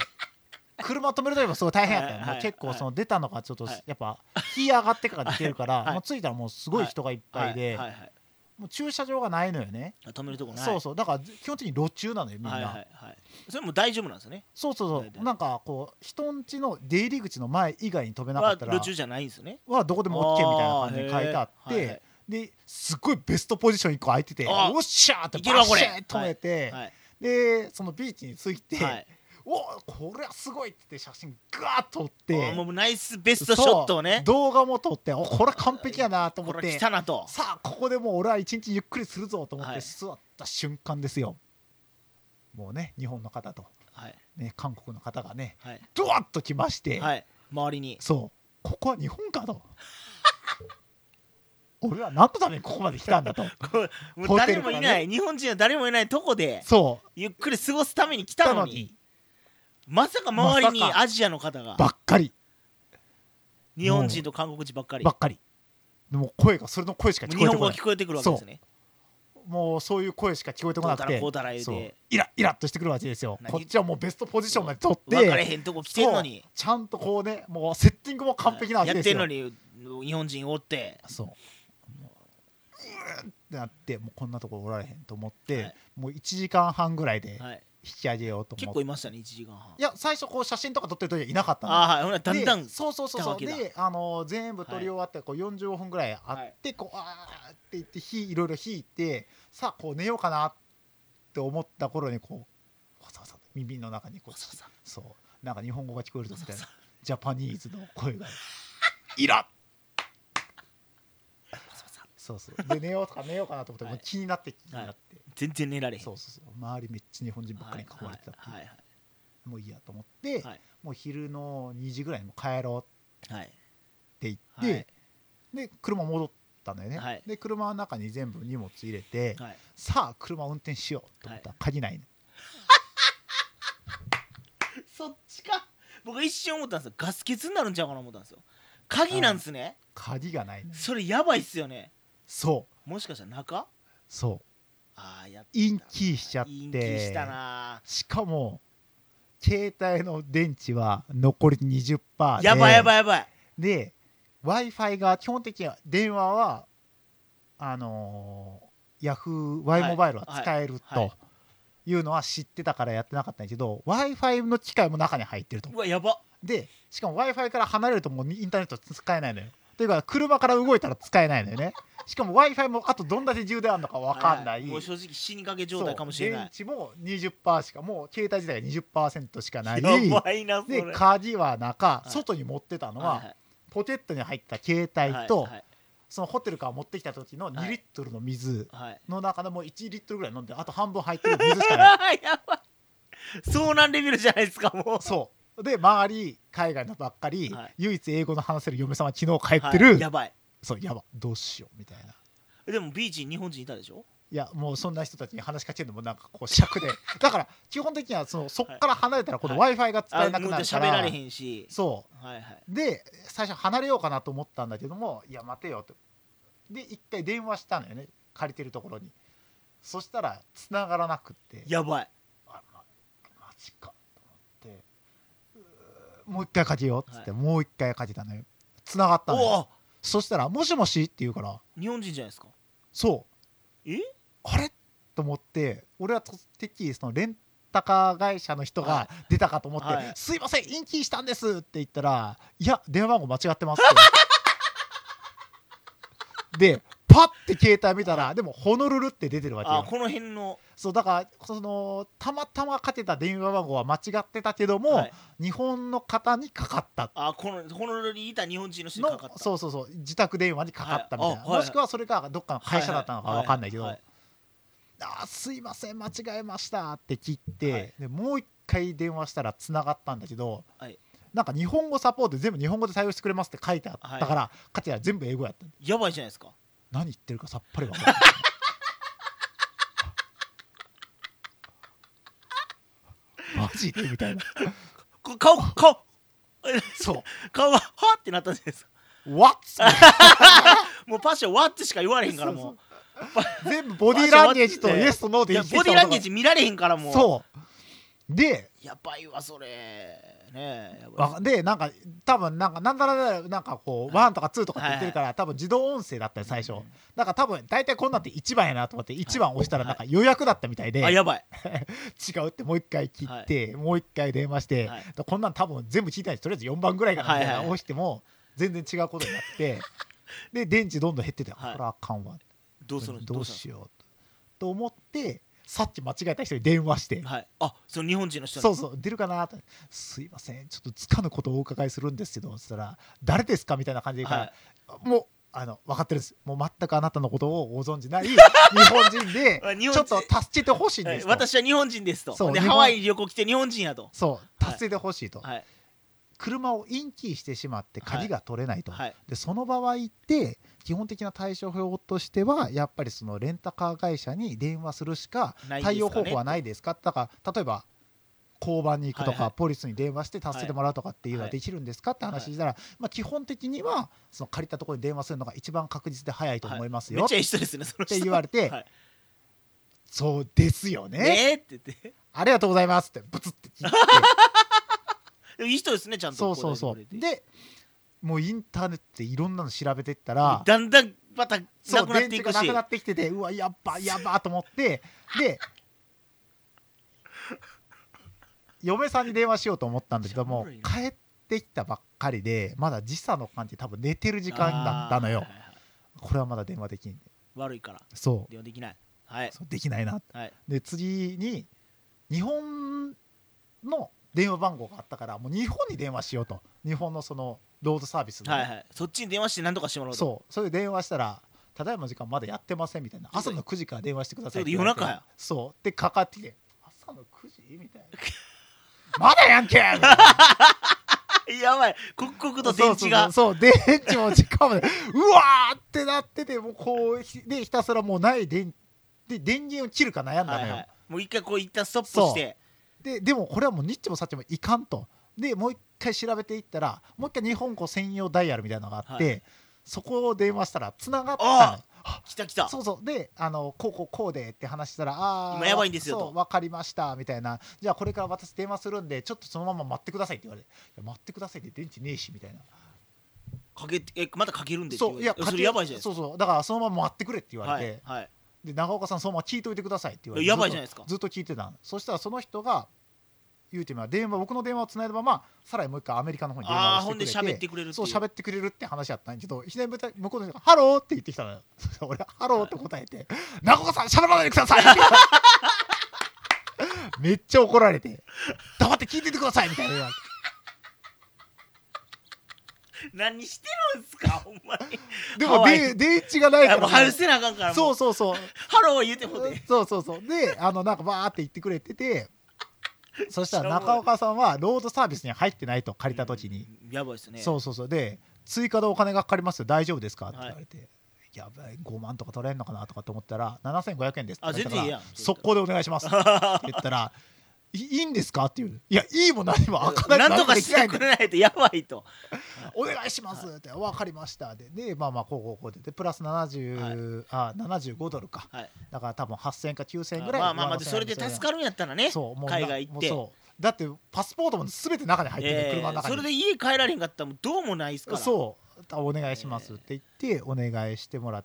Speaker 2: 車止める時もすごい大変やったよ、
Speaker 1: はい
Speaker 2: もう結構その出たのがちょっと
Speaker 1: はい
Speaker 2: やっぱ日上がってから出てるから、
Speaker 1: はい
Speaker 2: もう着いたらもうすごい人がいっぱいで、
Speaker 1: はいはいはい
Speaker 2: もう駐車場がないのよね、
Speaker 1: あ止めるとこない
Speaker 2: そうそうだから基本的に路中なのよみんな、
Speaker 1: はいはいはいそれも大丈夫なんですよね
Speaker 2: そうそう
Speaker 1: 大
Speaker 2: そ
Speaker 1: 体
Speaker 2: うなんかこう人んちの出入り口の前以外に飛べなか
Speaker 1: は
Speaker 2: ったら
Speaker 1: 路中じゃないんですよね
Speaker 2: はどこでも OK みたいな感じに書いてあっ
Speaker 1: あーへーはいは
Speaker 2: てですっごいベストポジション1個空いてて
Speaker 1: あー
Speaker 2: おっしゃーって
Speaker 1: いけるわ
Speaker 2: バ
Speaker 1: これ
Speaker 2: シャー止めて
Speaker 1: はい
Speaker 2: でそのビーチに着いて
Speaker 1: はい
Speaker 2: おこれはすごいって言って写真ガーッと撮って
Speaker 1: あもうナイスベストショットを
Speaker 2: そう
Speaker 1: ね
Speaker 2: 動画も撮っておこれ完璧やなと思
Speaker 1: こ
Speaker 2: っ
Speaker 1: れ来
Speaker 2: て
Speaker 1: たなと
Speaker 2: さあここでもう俺は一日ゆっくりするぞと思っ
Speaker 1: は
Speaker 2: て
Speaker 1: い
Speaker 2: 座った瞬間ですよもうね日本の方と、
Speaker 1: はい
Speaker 2: ね、韓国の方がね
Speaker 1: はい
Speaker 2: ドワッと来まして、
Speaker 1: はい周りに
Speaker 2: そうここは日本かと 俺は何のためにここまで来た んだと
Speaker 1: こうもう
Speaker 2: ホテ
Speaker 1: 誰
Speaker 2: ルか
Speaker 1: も
Speaker 2: らね
Speaker 1: いない日本人は誰もいないとこで
Speaker 2: そう
Speaker 1: ゆっくり過ごすために来
Speaker 2: 来た
Speaker 1: た
Speaker 2: の
Speaker 1: の
Speaker 2: に
Speaker 1: にまさか周りに
Speaker 2: まさか
Speaker 1: アジアの方が
Speaker 2: ばっかり
Speaker 1: 日本人と韓国人ばっかり
Speaker 2: ばっかりでも声がそれの声しか聞こ
Speaker 1: 日
Speaker 2: え
Speaker 1: 本
Speaker 2: てこ
Speaker 1: 語
Speaker 2: な
Speaker 1: が
Speaker 2: い
Speaker 1: 聞こえてくるわけですね
Speaker 2: もうそういう声しか聞こえてこなくて
Speaker 1: こうたらこうたら言うて
Speaker 2: そうイライラっとしてくるわけですよ
Speaker 1: 何
Speaker 2: こっちはもうベストポジションまで取って
Speaker 1: 分かれへんとこ来てんのに
Speaker 2: そうちゃんとこうねもうセッティングも完璧なわけ
Speaker 1: や
Speaker 2: で
Speaker 1: っ
Speaker 2: す
Speaker 1: てん
Speaker 2: よ、
Speaker 1: のに日本人おって
Speaker 2: そうもううーってなってもうこんなとこおられへんと思って、
Speaker 1: はい
Speaker 2: もう1時間半ぐらいで
Speaker 1: はい
Speaker 2: 引き上げようと思って、
Speaker 1: 結構いましたね1時間半
Speaker 2: いや最初こう写真とか撮ってる時はいなかったの
Speaker 1: ああはいほらだんだん
Speaker 2: でそうそうそうそう
Speaker 1: 来たわけ
Speaker 2: で、あのー全部撮り終わってこう45分ぐらいあって、こうあーって言って火いろいろ引いてさあこう寝ようかなって思った頃にこうわざわざ耳の中にこう
Speaker 1: そうそう
Speaker 2: そうなんか日本語が聞こえるぞみたい
Speaker 1: そ
Speaker 2: な
Speaker 1: う
Speaker 2: ジャパニーズの 声がイラッ
Speaker 1: そうそう
Speaker 2: そうそうで寝ようとか寝ようかなと思って、
Speaker 1: はい
Speaker 2: もう気になって気になって、
Speaker 1: 全然寝られへん
Speaker 2: そうそうそう周りめっちゃ日本人ばっかりに囲まれてたっていう、
Speaker 1: はいはいはい
Speaker 2: もういいやと思って、
Speaker 1: はい
Speaker 2: もう昼の2時ぐらいにもう帰ろう
Speaker 1: はい
Speaker 2: って言っ
Speaker 1: は
Speaker 2: て、
Speaker 1: い
Speaker 2: で車戻ったんだよね、
Speaker 1: はい
Speaker 2: で車の中に全部荷物入れて、
Speaker 1: はい
Speaker 2: さあ車運転しようと思ったら鍵ないね、
Speaker 1: そっちか僕一瞬思ったんですよガス欠になるんちゃうかな思ったんですよ鍵なんすね
Speaker 2: 鍵がないね
Speaker 1: それやばいっすよね
Speaker 2: そう
Speaker 1: もしかしたら中
Speaker 2: そう
Speaker 1: ああやった
Speaker 2: インキーしちゃって
Speaker 1: インキーしたな
Speaker 2: しかも携帯の電池は残り20%で
Speaker 1: やばいやば
Speaker 2: い
Speaker 1: いやばい
Speaker 2: で w i f i が基本的には電話はあのー、Yahoo y モバイルは使える
Speaker 1: はいはい
Speaker 2: というのは知ってたからやってなかったんだけど w i f i の機械も中に入ってると
Speaker 1: うわやば
Speaker 2: でしかも w i f i から離れるともうインターネット使えないのよというか車から動いたら使えないのよねしかも w i f i もあとどんだけ充電あるのか分かんない、
Speaker 1: はもう正直死にかけ状態かもしれない
Speaker 2: そう電池も20%しかもう携帯自体が20%しかない
Speaker 1: やばいなそれ
Speaker 2: で鍵は中
Speaker 1: い
Speaker 2: 外に持ってたのは、
Speaker 1: は
Speaker 2: ポケットに入った携
Speaker 1: いは
Speaker 2: 帯
Speaker 1: い
Speaker 2: と、
Speaker 1: はい
Speaker 2: そのホテルから持ってきた時の
Speaker 1: は
Speaker 2: 2
Speaker 1: い
Speaker 2: リットルの水
Speaker 1: はい
Speaker 2: の中でもう1リットルぐらい飲んであと半分入ってる水しか ない
Speaker 1: はいやばい遭難レベルじゃないですかもう
Speaker 2: そうで周り海外のばっかり、
Speaker 1: はい
Speaker 2: 唯一英語の話せる嫁さんは昨日帰って
Speaker 1: は
Speaker 2: る
Speaker 1: い、やばい
Speaker 2: そうやばどうしようみたいな
Speaker 1: でもビーチに日本人いたでしょ
Speaker 2: いやもうそんな人たちに話しかけるのもなんかこう尺で だから基本的にはそのそっから離れたらこの w
Speaker 1: は
Speaker 2: i f i が使えなく
Speaker 1: もう
Speaker 2: なるか
Speaker 1: 喋
Speaker 2: ら,、
Speaker 1: られへんし
Speaker 2: そ
Speaker 1: はいはい、
Speaker 2: うで最初離れようかなと思ったんだけどもいや待てよとで一回電話したのよね借りてるところにそしたら繋がらなくって
Speaker 1: やばい
Speaker 2: あまマジかと思ってうーもう一回かけようっつって、
Speaker 1: は
Speaker 2: もう一回かけたのよ繋がったの
Speaker 1: お
Speaker 2: よ
Speaker 1: お
Speaker 2: そしたら「もしもし」って言うから
Speaker 1: 日本人じゃないですか
Speaker 2: そう
Speaker 1: え
Speaker 2: あれと思って俺はとてっきりそのレンタカー会社の人が出たかと思って「
Speaker 1: はい
Speaker 2: すいませんインキーしたんです」って言ったら「いや電話番号間違ってます」ってでパッて携帯見たらでも「ホノルル」って出てるわけ
Speaker 1: あ
Speaker 2: よ
Speaker 1: この辺の
Speaker 2: そうだからそのたまたまかけた電話番号は間違ってたけども、
Speaker 1: はい
Speaker 2: 日本の方にかかった
Speaker 1: あこのホノルルにいた日本人の人に
Speaker 2: の
Speaker 1: かかった
Speaker 2: そうそうそう自宅電話にかかったみたい
Speaker 1: はい
Speaker 2: な、
Speaker 1: あはい
Speaker 2: もしくはそれがどっかの会社だったのかわかんないけど、
Speaker 1: はは
Speaker 2: あーすいません間違えましたって切って、
Speaker 1: はい
Speaker 2: でもう一回電話したらつながったんだけど、
Speaker 1: はい
Speaker 2: なんか日本語サポート全部日本語で対応してくれますって書いてあったから、かつや全部英語やった
Speaker 1: いやばいじゃないですか
Speaker 2: 何言ってるかさっぱりわかん ないマジでみたいな
Speaker 1: こ顔顔
Speaker 2: そ
Speaker 1: 顔ははってなったんじゃないですか
Speaker 2: う「What?
Speaker 1: もうパッションわってしか言われへんからもう
Speaker 2: 全部ボディーランゲージと
Speaker 1: マジ
Speaker 2: イ
Speaker 1: で
Speaker 2: エスとノーで
Speaker 1: いや
Speaker 2: 生きてき
Speaker 1: ボデ
Speaker 2: た
Speaker 1: ィ
Speaker 2: 男
Speaker 1: ーランゲージ見られへんからもう
Speaker 2: そうで
Speaker 1: やばいわそれねやばい
Speaker 2: わでなんか多分なんかなんだらなんかこう
Speaker 1: はい
Speaker 2: 1とか2とかって言ってるから多分自動音声だったよ最初
Speaker 1: うん
Speaker 2: だから多分大体こんなんって1番やなと思って1番押したらなんか予約だったみたいで
Speaker 1: あ
Speaker 2: 違
Speaker 1: やばい、
Speaker 2: うってもう一回切ってもう一回電話して
Speaker 1: はい
Speaker 2: こんなん多分全部聞いたんですとりあえず4番ぐらいからみたい
Speaker 1: はい
Speaker 2: な
Speaker 1: はい
Speaker 2: 押しても全然違うことになって で電池どんどん減っててこ
Speaker 1: はい
Speaker 2: れあかんわ
Speaker 1: どうする
Speaker 2: どう
Speaker 1: し
Speaker 2: しようと思ってさっき間違えた人に電話して
Speaker 1: はいあその日本人の人に
Speaker 2: そうそう出るかなと「すいませんちょっとつかぬことをお伺いするんですけど」そしたら「誰ですか?」みたいな感じで言う
Speaker 1: は
Speaker 2: か
Speaker 1: い
Speaker 2: ら、もうあの分かってるんですもう全くあなたのことをご存 じない日本人で
Speaker 1: あ日
Speaker 2: ち
Speaker 1: 本
Speaker 2: ょ
Speaker 1: 人
Speaker 2: っと助けてほしいん
Speaker 1: は
Speaker 2: で
Speaker 1: い
Speaker 2: すと、
Speaker 1: 私は日本人ですと
Speaker 2: そう
Speaker 1: で
Speaker 2: 日本
Speaker 1: ハワイに旅行来て日本人やと
Speaker 2: そう助けてほしいと、
Speaker 1: はい
Speaker 2: 車をインキーしてしまって鍵が取れないと、
Speaker 1: はい
Speaker 2: でその場合って基本的な対処法としてはやっぱりそのレンタカー会社に電話するしか
Speaker 1: ないんですかね
Speaker 2: 対応方法はないですかだから例えば交番に行くと
Speaker 1: はいは
Speaker 2: か
Speaker 1: い
Speaker 2: ポリスに電話して助けてもらうとかっていう
Speaker 1: は
Speaker 2: のはいできるんですかって話したらまあ基本的にはその借りたところに電話するのが一番確実で早いと思います
Speaker 1: め
Speaker 2: よ
Speaker 1: っ
Speaker 2: っ
Speaker 1: ちゃいい人ですねその人
Speaker 2: て言われて
Speaker 1: はい
Speaker 2: そうですよね
Speaker 1: えーって言って
Speaker 2: ありがとうございますってブツって 切って
Speaker 1: でもいい人ですねちゃんと
Speaker 2: そうそうそう
Speaker 1: 答えてくれて
Speaker 2: でもうインターネットでいろんなの調べてったら
Speaker 1: だんだんまたな
Speaker 2: そう
Speaker 1: くなってい
Speaker 2: 電池
Speaker 1: く
Speaker 2: が
Speaker 1: し
Speaker 2: なくなってきててうわやっばやばと思って で嫁さんに電話しようと思ったんだけども
Speaker 1: めっちゃおも
Speaker 2: 帰ってきたばっかりでまだ時差の感じで多分寝てる時間だったの
Speaker 1: あーはいは
Speaker 2: よ
Speaker 1: い
Speaker 2: これはまだ電話できん
Speaker 1: 悪いから
Speaker 2: そう
Speaker 1: 電話できないはい
Speaker 2: そうできないな
Speaker 1: はい
Speaker 2: で次に日本の電話番号があったからもう日本に電話しようと日本のそのロードサービスのね、
Speaker 1: はいはいそっちに電話して何とかしてもらおうと
Speaker 2: そうそれで電話したら「ただいまの時間まだやってません」みたいな「朝の9時から電話してくださ
Speaker 1: そ
Speaker 2: い」
Speaker 1: うだ夜中や
Speaker 2: そうでかかってきて「朝の9時?」みたいな「まだや んけ!」みたいな
Speaker 1: あやばい刻々と電池が
Speaker 2: そうそうそうそう電池も時間までうわーってなっててもうこうひでひたすらもうない電で電源を切るか悩んだのよ、
Speaker 1: はいはいもう一回こう一旦ストップして
Speaker 2: ででもこれはもうニッチもサッチもいかんとでもう一回調べていったらもう一回日本語専用ダイヤルみたいなのがあって、
Speaker 1: は
Speaker 2: そこを電話したら繋がった
Speaker 1: あ
Speaker 2: の
Speaker 1: あ来た来た
Speaker 2: そうそうであのこうこうこうでって話したらああ
Speaker 1: 今やばいんですよと
Speaker 2: そうわかりましたみたいなじゃあこれから私電話するんでちょっとそのまま待ってくださいって言われていや待ってくださいって電池ねえしみたいな
Speaker 1: かけてえまたかけるんでって
Speaker 2: そういや
Speaker 1: それやばいじゃないです
Speaker 2: そうそうだからそのまま待ってくれって言
Speaker 1: か
Speaker 2: わ
Speaker 1: は
Speaker 2: れて、
Speaker 1: いはい
Speaker 2: で長岡さんそのまま聞いといてくださいって言われて
Speaker 1: やばいじゃないですか
Speaker 2: ずっとずっと聞いてたのそしたらその人が言うてみれば電話僕の電話をつないだままさらにもう一回アメリカの方に電
Speaker 1: ああ
Speaker 2: 話
Speaker 1: ー
Speaker 2: を
Speaker 1: ほんで
Speaker 2: してくれ
Speaker 1: 喋っ
Speaker 2: て
Speaker 1: てくれるって
Speaker 2: そう
Speaker 1: いう
Speaker 2: 喋ってくれるって話やったんやけど、いきなり向こうの人が、ハローって言ってきたのよ。 そしたら俺、ハローって答えて、中岡さん、喋らないでくださいめっちゃ怒られて、黙って聞いててくださいみたいな。
Speaker 1: 何してるんすかほんま に
Speaker 2: で
Speaker 1: か
Speaker 2: も、
Speaker 1: わいい
Speaker 2: で電池がないか
Speaker 1: もう
Speaker 2: ら、
Speaker 1: 外せなあかんからも
Speaker 2: そううそうそう。
Speaker 1: ハロー言うてもうて
Speaker 2: そうそうそう。で、あの、なんかバーって言ってくれてて、そしたら中岡さんはロードサービスに入ってないと借りた時に。
Speaker 1: うんやばいっすね
Speaker 2: そうそうそうで追加でお金がかかりますよ大丈夫ですかって言われて、やばい5万とか取れんのかなとかと思ったら7500円ですって
Speaker 1: あ
Speaker 2: 言
Speaker 1: 全
Speaker 2: わ
Speaker 1: 然いい
Speaker 2: れたか
Speaker 1: やん
Speaker 2: ら速攻でお願い しますって言ったらいいいんですかっていういやいいも何も開かない
Speaker 1: なんとか
Speaker 2: で
Speaker 1: し
Speaker 2: きな
Speaker 1: て
Speaker 2: いん
Speaker 1: く
Speaker 2: で
Speaker 1: れないとやばいと
Speaker 2: お願いしますって分かりましたででまあまあこうこうこうででプラス70、あ75ドルか
Speaker 1: はい
Speaker 2: だから多分8000円か9000円ぐらい
Speaker 1: まあまあまあでそれで助かるんやったらね
Speaker 2: そうもうな
Speaker 1: 海外行っ
Speaker 2: もう
Speaker 1: て
Speaker 2: そうだってパスポートも全て中に入ってる、
Speaker 1: え
Speaker 2: 車の
Speaker 1: ー
Speaker 2: 中
Speaker 1: そ
Speaker 2: に
Speaker 1: れで家帰られへんかったらもうどうもないっすから
Speaker 2: そうあ「お願いします」って言ってお願いしてもらっ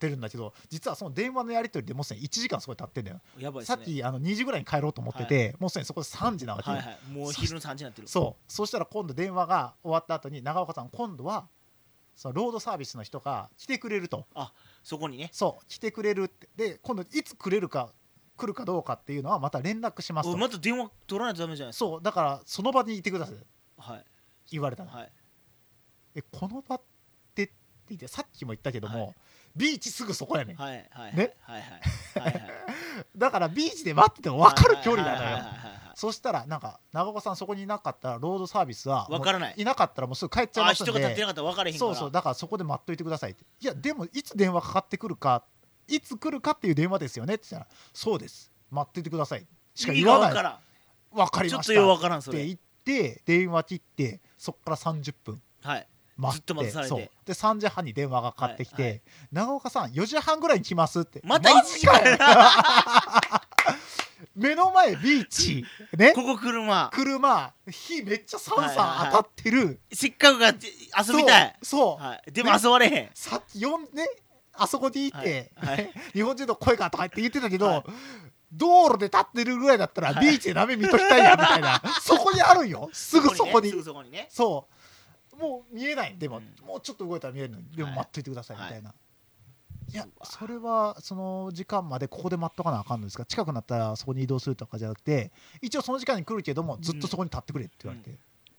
Speaker 2: てるんだけど実はその電話のやり取りでもうすでに1時間すごい経ってんだよ、
Speaker 1: やばいっす
Speaker 2: さ
Speaker 1: ね
Speaker 2: っきあの2時ぐらいに帰ろうと思ってて、もうすでにそこで3時なわけ、
Speaker 1: はいはいもう昼の3時になってる
Speaker 2: そうそしたら今度電話が終わった後に長岡さん今度はそのロードサービスの人が来てくれると
Speaker 1: そこにね
Speaker 2: そう来てくれるってで今度いつ来れるか来るかどうかっていうのはまた連絡します
Speaker 1: お
Speaker 2: と、
Speaker 1: また電話取らないとダメじゃないです
Speaker 2: そうだからその場にいてください
Speaker 1: かはい
Speaker 2: 言われたの、
Speaker 1: はい
Speaker 2: えこの場ってって言ってさっきも言ったけども、
Speaker 1: はい
Speaker 2: ビーチすぐそこやねん
Speaker 1: はいはい
Speaker 2: ね
Speaker 1: はいはいはい はい
Speaker 2: だからビーチで待ってても分かる距離な
Speaker 1: はいはい
Speaker 2: の
Speaker 1: はい
Speaker 2: よ
Speaker 1: はいはい
Speaker 2: そしたらなんか長岡さんそこにいなかったらロードサービスは
Speaker 1: わからない
Speaker 2: もういなかったらもうすぐ帰っちゃい
Speaker 1: あ
Speaker 2: ますん
Speaker 1: 人が立って
Speaker 2: で
Speaker 1: なかったら分からへんから
Speaker 2: そうそうだからそこで待っといてくださいっていやでもいつ電話かかってくるかいつ来るかっていう電話ですよねって言ったらそうです待っててくださいしか
Speaker 1: 意味
Speaker 2: 言
Speaker 1: が
Speaker 2: わ
Speaker 1: 分
Speaker 2: な
Speaker 1: か
Speaker 2: い
Speaker 1: らん
Speaker 2: 分かり
Speaker 1: ちょ
Speaker 2: ま
Speaker 1: っ
Speaker 2: した
Speaker 1: とよう
Speaker 2: っ
Speaker 1: 分からんそ
Speaker 2: て
Speaker 1: れ
Speaker 2: 言って電話切ってそこから30分
Speaker 1: はい
Speaker 2: 待
Speaker 1: ずっと待たされて
Speaker 2: そうで3時半に電話がかかってきて、
Speaker 1: はいはい
Speaker 2: 長岡さん4時半ぐらいに来ますって
Speaker 1: また1時間
Speaker 2: マジかよ目の前ビーチね
Speaker 1: ここ車
Speaker 2: 車火めっちゃサン
Speaker 1: はいはいは
Speaker 2: サ
Speaker 1: い
Speaker 2: ン当たってる
Speaker 1: せっかくがじ遊びたい
Speaker 2: そうそう
Speaker 1: はい、でも遊ばれへん
Speaker 2: さっきよんねあそこにいて、
Speaker 1: はいはい
Speaker 2: 日本人の声かとかって言ってたけど、
Speaker 1: はい
Speaker 2: 道路で立ってるぐらいだったら
Speaker 1: はい
Speaker 2: ビーチで鍋見ときたいやみたいな そこにあるんよすぐそこに
Speaker 1: すぐそこにね
Speaker 2: そうもう見えないでも、
Speaker 1: うん
Speaker 2: もうちょっと動いたら見えるのにでも
Speaker 1: はい
Speaker 2: 待っといてくださいみ
Speaker 1: はい
Speaker 2: たいな、い、や
Speaker 1: うわ
Speaker 2: それはその時間までここで待っとかなあかんのですか近くなったらそこに移動するとかじゃなくて一応その時間に来るけどもずっとそこに立ってくれって言われて、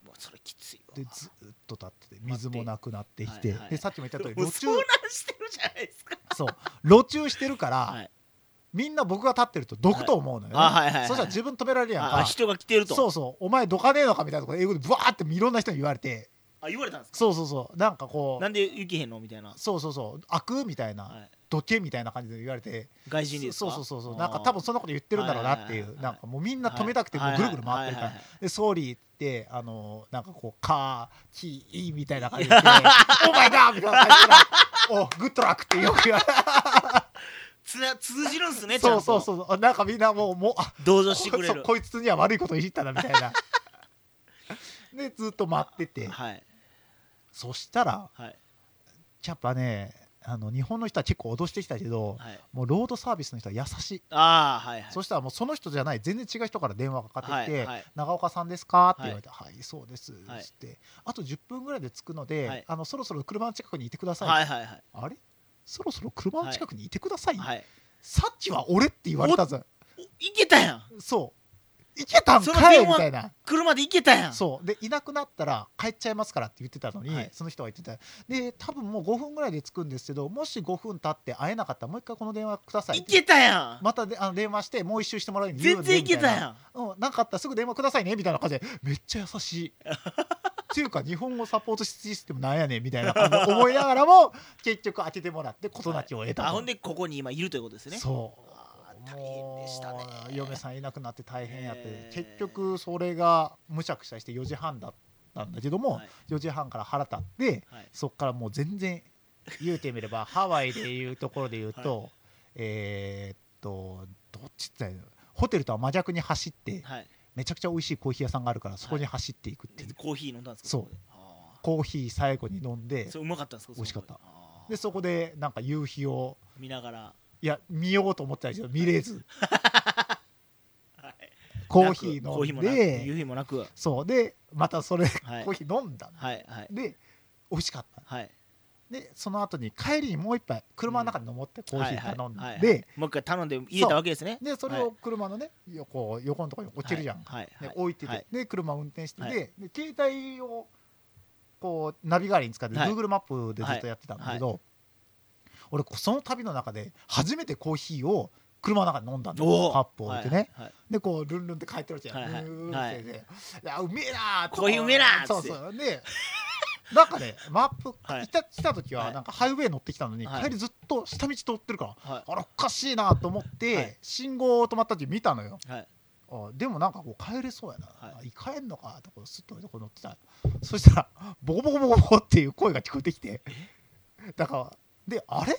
Speaker 1: もうそれきついわ
Speaker 2: でずっと立ってて水もなくなってきて、
Speaker 1: はいはい
Speaker 2: でさっきも言った通り
Speaker 1: もう
Speaker 2: 路
Speaker 1: 遭
Speaker 2: 中
Speaker 1: 難してるじゃないですか
Speaker 2: そう路中してるから、
Speaker 1: はい
Speaker 2: みんな僕が立ってるとどくと思うのよね、
Speaker 1: あはいはいはい
Speaker 2: そしたら自分止められるやん
Speaker 1: ああ
Speaker 2: か
Speaker 1: 人が来てると
Speaker 2: そうそうお前どかねえのかみたいなところで英語でブワーっていろんな人に言われて
Speaker 1: あ言われたんですか
Speaker 2: そうそうそうなんかこう
Speaker 1: なんで行けへんのみたいな、
Speaker 2: そうそうそう開くみたいな、
Speaker 1: はい、
Speaker 2: どけみたいな感じで言われて
Speaker 1: 外人ですか
Speaker 2: そうそうそうそうなんか多分そんなこと言ってるんだろうなってい
Speaker 1: はいはいはいは
Speaker 2: う
Speaker 1: い
Speaker 2: なんかもうみんな止めたくてもうぐるぐる回ってるから
Speaker 1: はいはいはいはい
Speaker 2: で総理ってあのなんかこう「カーキー」みたいな感じで 言って「お前だ!」みたいな感じで「おグッドラック」ってよく言われ
Speaker 1: つな通じるんすね
Speaker 2: て
Speaker 1: ちゃん
Speaker 2: そ
Speaker 1: と
Speaker 2: うそうそうそうなんかみんなもうもうあ
Speaker 1: 同
Speaker 2: こ
Speaker 1: 情してくれ
Speaker 2: そう
Speaker 1: る
Speaker 2: こいつには悪いこといじったなみたいな でずっと待ってて
Speaker 1: はい
Speaker 2: そしたら
Speaker 1: はい
Speaker 2: やっぱねあの日本の人は結構脅してきたけど
Speaker 1: はい
Speaker 2: もうロードサービスの人は優しい
Speaker 1: ああはいはい
Speaker 2: そしたらもうその人じゃない全然違う人から電話がかかってきて、
Speaker 1: はいはい
Speaker 2: 長岡さんですか?」って言われて「はい、そうです」っ
Speaker 1: はい
Speaker 2: つって、あと10分ぐらいで着くので、
Speaker 1: はい
Speaker 2: あのそろそろ車の近くにいてください」
Speaker 1: はいはいはい
Speaker 2: あれそろそろ車の近くにいてください、
Speaker 1: はい
Speaker 2: さっきは俺って言われたぞ
Speaker 1: お行けたやん
Speaker 2: そう行けたん
Speaker 1: その
Speaker 2: か
Speaker 1: 電
Speaker 2: い
Speaker 1: 話
Speaker 2: みたいな
Speaker 1: 車で行けたやん
Speaker 2: そうでいなくなったら帰っちゃいますからって言ってたのに、
Speaker 1: はい
Speaker 2: その人は言ってたで多分もう5分ぐらいで着くんですけどもし5分経って会えなかったらもう一回この電話くださいっ
Speaker 1: 行
Speaker 2: て
Speaker 1: けたやん
Speaker 2: またであの電話してもう一周してもらうように言う
Speaker 1: 全
Speaker 2: んで
Speaker 1: 然行けた
Speaker 2: みいな
Speaker 1: やん
Speaker 2: うん、なんかあったらすぐ電話くださいねみたいな感じでめっちゃ優しい。 っていうか日本語サポートシステムなんやねんみたいな感じで思いなが らも結局開けてもらって事なきを得たと、
Speaker 1: あほんでここに今いるということですね
Speaker 2: そう
Speaker 1: あー大変でしたね
Speaker 2: もう嫁さんいなくなって大変やって、
Speaker 1: えー
Speaker 2: 結局それがむしゃくしゃして4時半だったんだけども、
Speaker 1: はい
Speaker 2: 4時半から腹立って
Speaker 1: はい
Speaker 2: そこからもう全然言うてみれば ハワイでいうところで言うと、えーっとどっちって言ったらいいのホテルとは真逆に走って
Speaker 1: はい
Speaker 2: めちゃくちゃ美味しいコーヒー屋さんがあるからそこに走っていくっていう、
Speaker 1: コーヒー飲んだんですか
Speaker 2: そう
Speaker 1: ここであ
Speaker 2: コーヒー最後に飲んで
Speaker 1: ーそれうまかったんですか
Speaker 2: 美味しかった
Speaker 1: その頃
Speaker 2: でそこでなんか夕日を
Speaker 1: あー見ながら
Speaker 2: いや見ようと思ってたけど見れず
Speaker 1: はい
Speaker 2: コーヒ
Speaker 1: なくコー
Speaker 2: ー
Speaker 1: ヒー
Speaker 2: 飲ん
Speaker 1: もなく
Speaker 2: で
Speaker 1: 夕日もなくは
Speaker 2: そうでまたそれ、
Speaker 1: い
Speaker 2: コーヒー飲んだの
Speaker 1: いはい
Speaker 2: で美味しかった
Speaker 1: はい
Speaker 2: でその後に帰りにもう一杯車の中に飲もうってコーヒー頼ん
Speaker 1: はいはいはいはい
Speaker 2: で
Speaker 1: もう一回頼んで入れたわけですね
Speaker 2: でそれを車のね横横のところに落ちるじゃん、
Speaker 1: はいはい
Speaker 2: で
Speaker 1: はい
Speaker 2: 置いてて、
Speaker 1: はい
Speaker 2: で車を運転してて、
Speaker 1: はい
Speaker 2: で携帯をこうナビ代わりに使って、
Speaker 1: はい
Speaker 2: Google マップでずっとやってたんだけど、俺こその旅の中で初めてコーヒーを車の中に飲んだんだ
Speaker 1: おー
Speaker 2: カップを置いてね、
Speaker 1: はいはいはい
Speaker 2: でこうルンルンって帰ってるじゃん、
Speaker 1: はいはいう
Speaker 2: ーんってねいやうめえなーって
Speaker 1: コーヒーうめえなーっつ
Speaker 2: そ
Speaker 1: っ
Speaker 2: う
Speaker 1: て
Speaker 2: そうでなんかねマップ
Speaker 1: はい
Speaker 2: 来た来た時
Speaker 1: は
Speaker 2: はいなんかハイウェイ乗ってきたのに、
Speaker 1: はい
Speaker 2: 帰りずっと下道通ってるから
Speaker 1: は
Speaker 2: あらおかしいなと思って、
Speaker 1: はい
Speaker 2: 信号止まった時見たのよ
Speaker 1: いはい
Speaker 2: あでもなんかこう帰れそうやな、
Speaker 1: は
Speaker 2: 帰んのかとこうスッとこう乗ってたそしたらボコボコボコボコっていう声が聞こえてきてだからであれ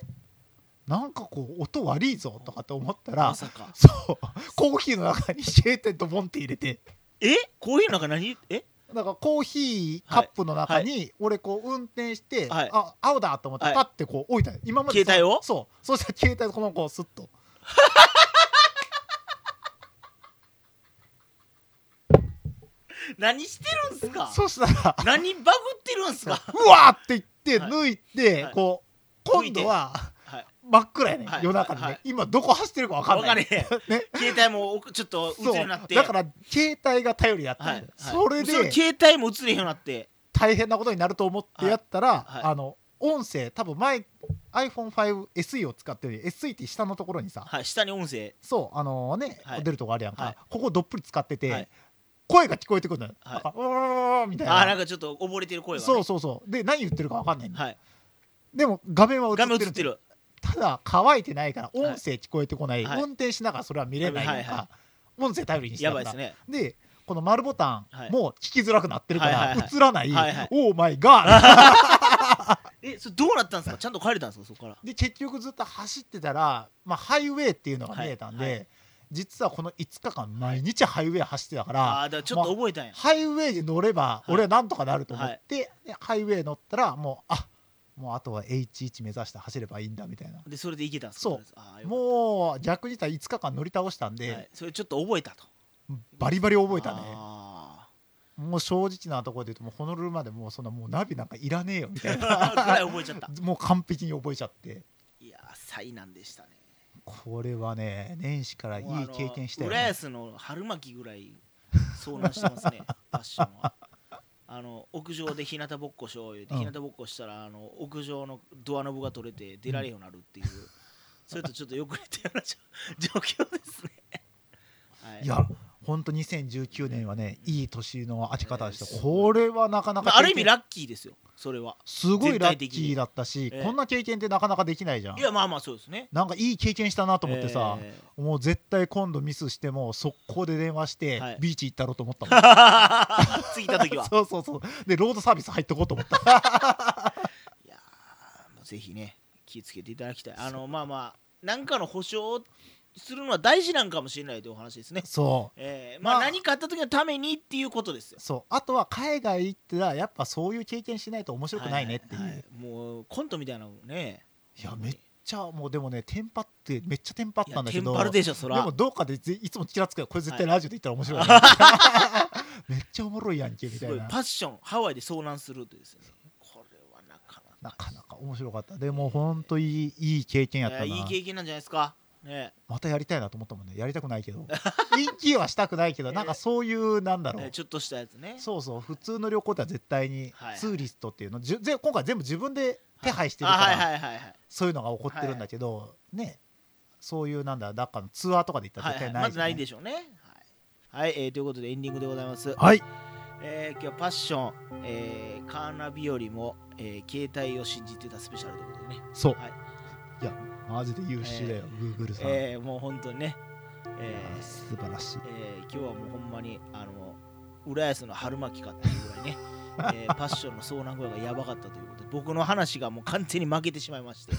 Speaker 2: なんかこう音悪いぞとかって思ったら
Speaker 1: まさか
Speaker 2: そうコーヒーの中に携帯ドボンって入れて
Speaker 1: えコーヒーの中何え
Speaker 2: だからコーヒーカップの中に俺こう運転して、
Speaker 1: はい
Speaker 2: あ青だと思って
Speaker 1: はい
Speaker 2: パッてこう置いたの今まで
Speaker 1: 携帯を
Speaker 2: そうそうしたら携帯この子をスッと
Speaker 1: 何してるんすか
Speaker 2: そしたら
Speaker 1: 何バグってるんす
Speaker 2: そう
Speaker 1: か
Speaker 2: うわーって言って
Speaker 1: はい
Speaker 2: 抜いて、
Speaker 1: はい
Speaker 2: こう今度は
Speaker 1: はい
Speaker 2: 真っ暗やね、
Speaker 1: はい
Speaker 2: 夜中にね、
Speaker 1: はい
Speaker 2: 今どこ走ってるか分かんない
Speaker 1: 分か
Speaker 2: ね
Speaker 1: 携帯もちょっと映れ
Speaker 2: そ
Speaker 1: るよう
Speaker 2: う
Speaker 1: になって
Speaker 2: だから携帯が頼りやったんだ
Speaker 1: はい
Speaker 2: よ、
Speaker 1: はい
Speaker 2: それ
Speaker 1: の
Speaker 2: で
Speaker 1: 携帯も映れへんようになって
Speaker 2: 大変なことになると思ってやったら、
Speaker 1: はいはい
Speaker 2: あの音声多分前 iPhone5SE を使ってる SE って下のところにさ、
Speaker 1: はい下に音声
Speaker 2: そうあのね、
Speaker 1: はい
Speaker 2: 出るとこあるやんか、
Speaker 1: はい
Speaker 2: ここどっぷり使ってて、
Speaker 1: はい
Speaker 2: 声が聞こえてくるのよ、
Speaker 1: はい
Speaker 2: なんかうーんみたいな
Speaker 1: あーなんかちょっと溺れてる声がね
Speaker 2: そうそうそうで何言ってるか分かんないんだよ、
Speaker 1: はい
Speaker 2: でも画面は映って
Speaker 1: 画
Speaker 2: る
Speaker 1: 面映ってる
Speaker 2: ただ乾いてないから音声聞こえてこない、
Speaker 1: はい
Speaker 2: 運転しながらそれは見れないやんか、
Speaker 1: はいは
Speaker 2: 音声頼りにして
Speaker 1: や
Speaker 2: たか
Speaker 1: ばい
Speaker 2: ら
Speaker 1: ですね
Speaker 2: でこの丸ボタ
Speaker 1: は
Speaker 2: ン
Speaker 1: い
Speaker 2: も聞きづらくなってるか
Speaker 1: はいはい
Speaker 2: ら
Speaker 1: はい
Speaker 2: 映らない
Speaker 1: はいはい
Speaker 2: 「オーマイ ガー
Speaker 1: えそれどうなったんですかちゃんと帰れたんですかそこから」
Speaker 2: で結局ずっと走ってたら、まあ、ハイウェイっていうのが見えたんで、
Speaker 1: はいは
Speaker 2: 実はこの5日間毎日ハイウェイ走ってたから
Speaker 1: ああだからちょっと覚えたんや、
Speaker 2: ハイウェイに乗れば
Speaker 1: い
Speaker 2: 俺はなんとかなると思って、でハイウェイ乗ったらもうあもうあとは H1 目指して走ればいいんだみたいな
Speaker 1: でそれでいけたんです
Speaker 2: そう
Speaker 1: あーよかっ
Speaker 2: もう逆に言ったら5日間乗り倒したん
Speaker 1: た
Speaker 2: で、
Speaker 1: はいそれちょっと覚えたと
Speaker 2: バリバリ覚えたね
Speaker 1: あ
Speaker 2: もう正直なところで言うともうホノルルまでもうそんなもうナビなんかいらねえよみたい
Speaker 1: ー ぐらい
Speaker 2: な
Speaker 1: 覚えちゃ った
Speaker 2: もう完璧に覚えちゃって
Speaker 1: いやー災難でしたね
Speaker 2: これはね年始からいい
Speaker 1: もうあの
Speaker 2: 経験したよ、
Speaker 1: 浦
Speaker 2: ね、
Speaker 1: 安の春巻きぐらい遭難して ますねファッションはあの屋上で日向ぼっこしよう言うて、
Speaker 2: うん
Speaker 1: 日向ぼっこしたらあの屋上のドアノブが取れて出られへんようになるっていう、それとちょっとよく似たような状状況ですね、はい
Speaker 2: やほんと2019年はねいい年の当て方でした、
Speaker 1: えー
Speaker 2: これはなかな
Speaker 1: ま
Speaker 2: か
Speaker 1: あ、ある意味
Speaker 2: 経験
Speaker 1: ラッキーですよそれは
Speaker 2: すごいラッ
Speaker 1: 全体的
Speaker 2: キー
Speaker 1: に
Speaker 2: だったし、
Speaker 1: えー
Speaker 2: こんな経験ってなかなかできないじゃん
Speaker 1: いやまあまあそうですね
Speaker 2: なんかいい経験したなと思ってさ、
Speaker 1: え
Speaker 2: もう絶対今度ミスしても速攻で電話して、
Speaker 1: はい
Speaker 2: ビーチ行ったろうと 思ったもん
Speaker 1: ー次行った時は
Speaker 2: そうそうそうでロードサービス入っとこうと 思った
Speaker 1: いやーもうぜひね気をつけていただきたいあのまあまあ何かの保証をするのは大事なんかもしれないというお話ですね
Speaker 2: そう
Speaker 1: えーまあ、
Speaker 2: まあ
Speaker 1: 何かあった時のためにっていうことですよ
Speaker 2: そうあとは海外行ってたらやっぱそういう経験しないと面白くないねっていう、
Speaker 1: はいははもうコントみたいなのね
Speaker 2: いやめっちゃもうでもねテンパってめっちゃテンパったんだ
Speaker 1: い
Speaker 2: け
Speaker 1: やテ
Speaker 2: ど
Speaker 1: ンパるでしょそ
Speaker 2: で
Speaker 1: ら
Speaker 2: もどうかでぜいつもちらつくよこれ絶対ラジオで言ったら面白 いな、めっちゃおもろいやんけみ
Speaker 1: す
Speaker 2: た
Speaker 1: ご
Speaker 2: い
Speaker 1: い
Speaker 2: な
Speaker 1: パッションハワイで遭難するってですねこれはなかな
Speaker 2: な
Speaker 1: か
Speaker 2: かなか面白かったでもほんといいいい経験やったな、
Speaker 1: いやいい経験なんじゃないですかね
Speaker 2: またやりたいなと思ったもんねやりたくない けど一気はしたくないけどなんかそういうなんだろう、
Speaker 1: えーちょっとしたやつね
Speaker 2: そうそう普通の旅行では絶対に
Speaker 1: はい
Speaker 2: ツーリストっていうの、じゅぜ今回全部自分で手配してる
Speaker 1: あ
Speaker 2: から、
Speaker 1: はいはいはいはい
Speaker 2: そういうのが起こってるんだけど、ねそういうなんだだからツアーとかで行ったら
Speaker 1: はい
Speaker 2: 絶
Speaker 1: はい
Speaker 2: 対ない
Speaker 1: ま
Speaker 2: じ
Speaker 1: ず
Speaker 2: ゃん
Speaker 1: ないでしょうねはい、はいえーということでエンディングでございます、
Speaker 2: はい
Speaker 1: えー今日はパッション、えーカーナビよりも、えー携帯を信じてたスペシャルということでね
Speaker 2: そう、
Speaker 1: はい
Speaker 2: い、やマジで優秀だよ、Google さん、
Speaker 1: えーもう本当にね、
Speaker 2: いや
Speaker 1: えー
Speaker 2: 素晴らしい
Speaker 1: えー今日はもうほんまにあの浦安の春巻きかっていうぐらい ね、えーパッションの遭難具合がやばかったということで僕の話がもう完全に負けてしまいまして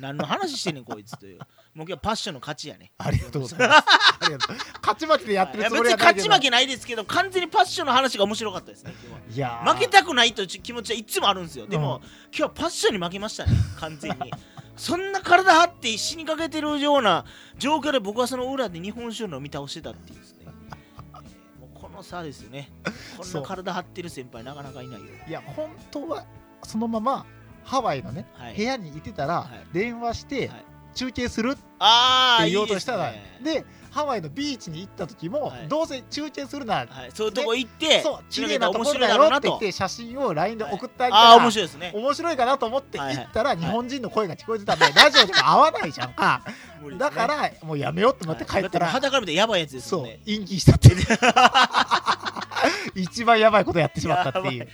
Speaker 1: 何の話してんねんこいつというもう今日はパッションの勝ちやね
Speaker 2: ありがとうござ いますありがとう勝ち負けでやって
Speaker 1: い
Speaker 2: る
Speaker 1: や
Speaker 2: つ
Speaker 1: 別
Speaker 2: もり
Speaker 1: に
Speaker 2: はない
Speaker 1: 勝
Speaker 2: けど
Speaker 1: ち負けないですけど完全にパッションの話が面白かったですね今日
Speaker 2: いや
Speaker 1: は
Speaker 2: ー
Speaker 1: 負けたくないという気持ちはいつもあるんですよでも、今日はパッションに負けましたね完全 にそんな体張って死にかけてるような状況で僕はその裏で日本酒を飲み倒してたっていうですね、えーもうこの差ですよねこん
Speaker 2: そ
Speaker 1: な
Speaker 2: う
Speaker 1: 体張ってる先輩なかなかいないよ
Speaker 2: いや本当はそのままハワイのね、
Speaker 1: はい
Speaker 2: 部屋にいてたら、
Speaker 1: はい
Speaker 2: 電話して、
Speaker 1: はい
Speaker 2: 中継するって
Speaker 1: ああい
Speaker 2: 言
Speaker 1: い
Speaker 2: お
Speaker 1: う
Speaker 2: と
Speaker 1: で
Speaker 2: し
Speaker 1: す
Speaker 2: たら
Speaker 1: ね
Speaker 2: でハワイのビーチに行った時も、
Speaker 1: はい
Speaker 2: どうせ中継するなら、
Speaker 1: はい、そういうとこ行って
Speaker 2: そう
Speaker 1: ち
Speaker 2: 綺
Speaker 1: なみに面
Speaker 2: 麗なところ
Speaker 1: 白い
Speaker 2: だ
Speaker 1: だろ
Speaker 2: よ
Speaker 1: うな
Speaker 2: って言
Speaker 1: と
Speaker 2: って写真を LINE で送ってあげたら、
Speaker 1: ああー面白いですね
Speaker 2: 面白いかなと思って行ったら、
Speaker 1: い
Speaker 2: 日本人の声が聞こえてたんで、ラジオでも合わないじゃんか
Speaker 1: 無理です
Speaker 2: だ
Speaker 1: ね
Speaker 2: から、もうやめようって思って帰ったら、
Speaker 1: はいだてもう裸から見てやばいやつです
Speaker 2: そ
Speaker 1: もん
Speaker 2: う
Speaker 1: ね
Speaker 2: 陰気したって 一番やばいことやってしまったってい
Speaker 1: や
Speaker 2: う
Speaker 1: いや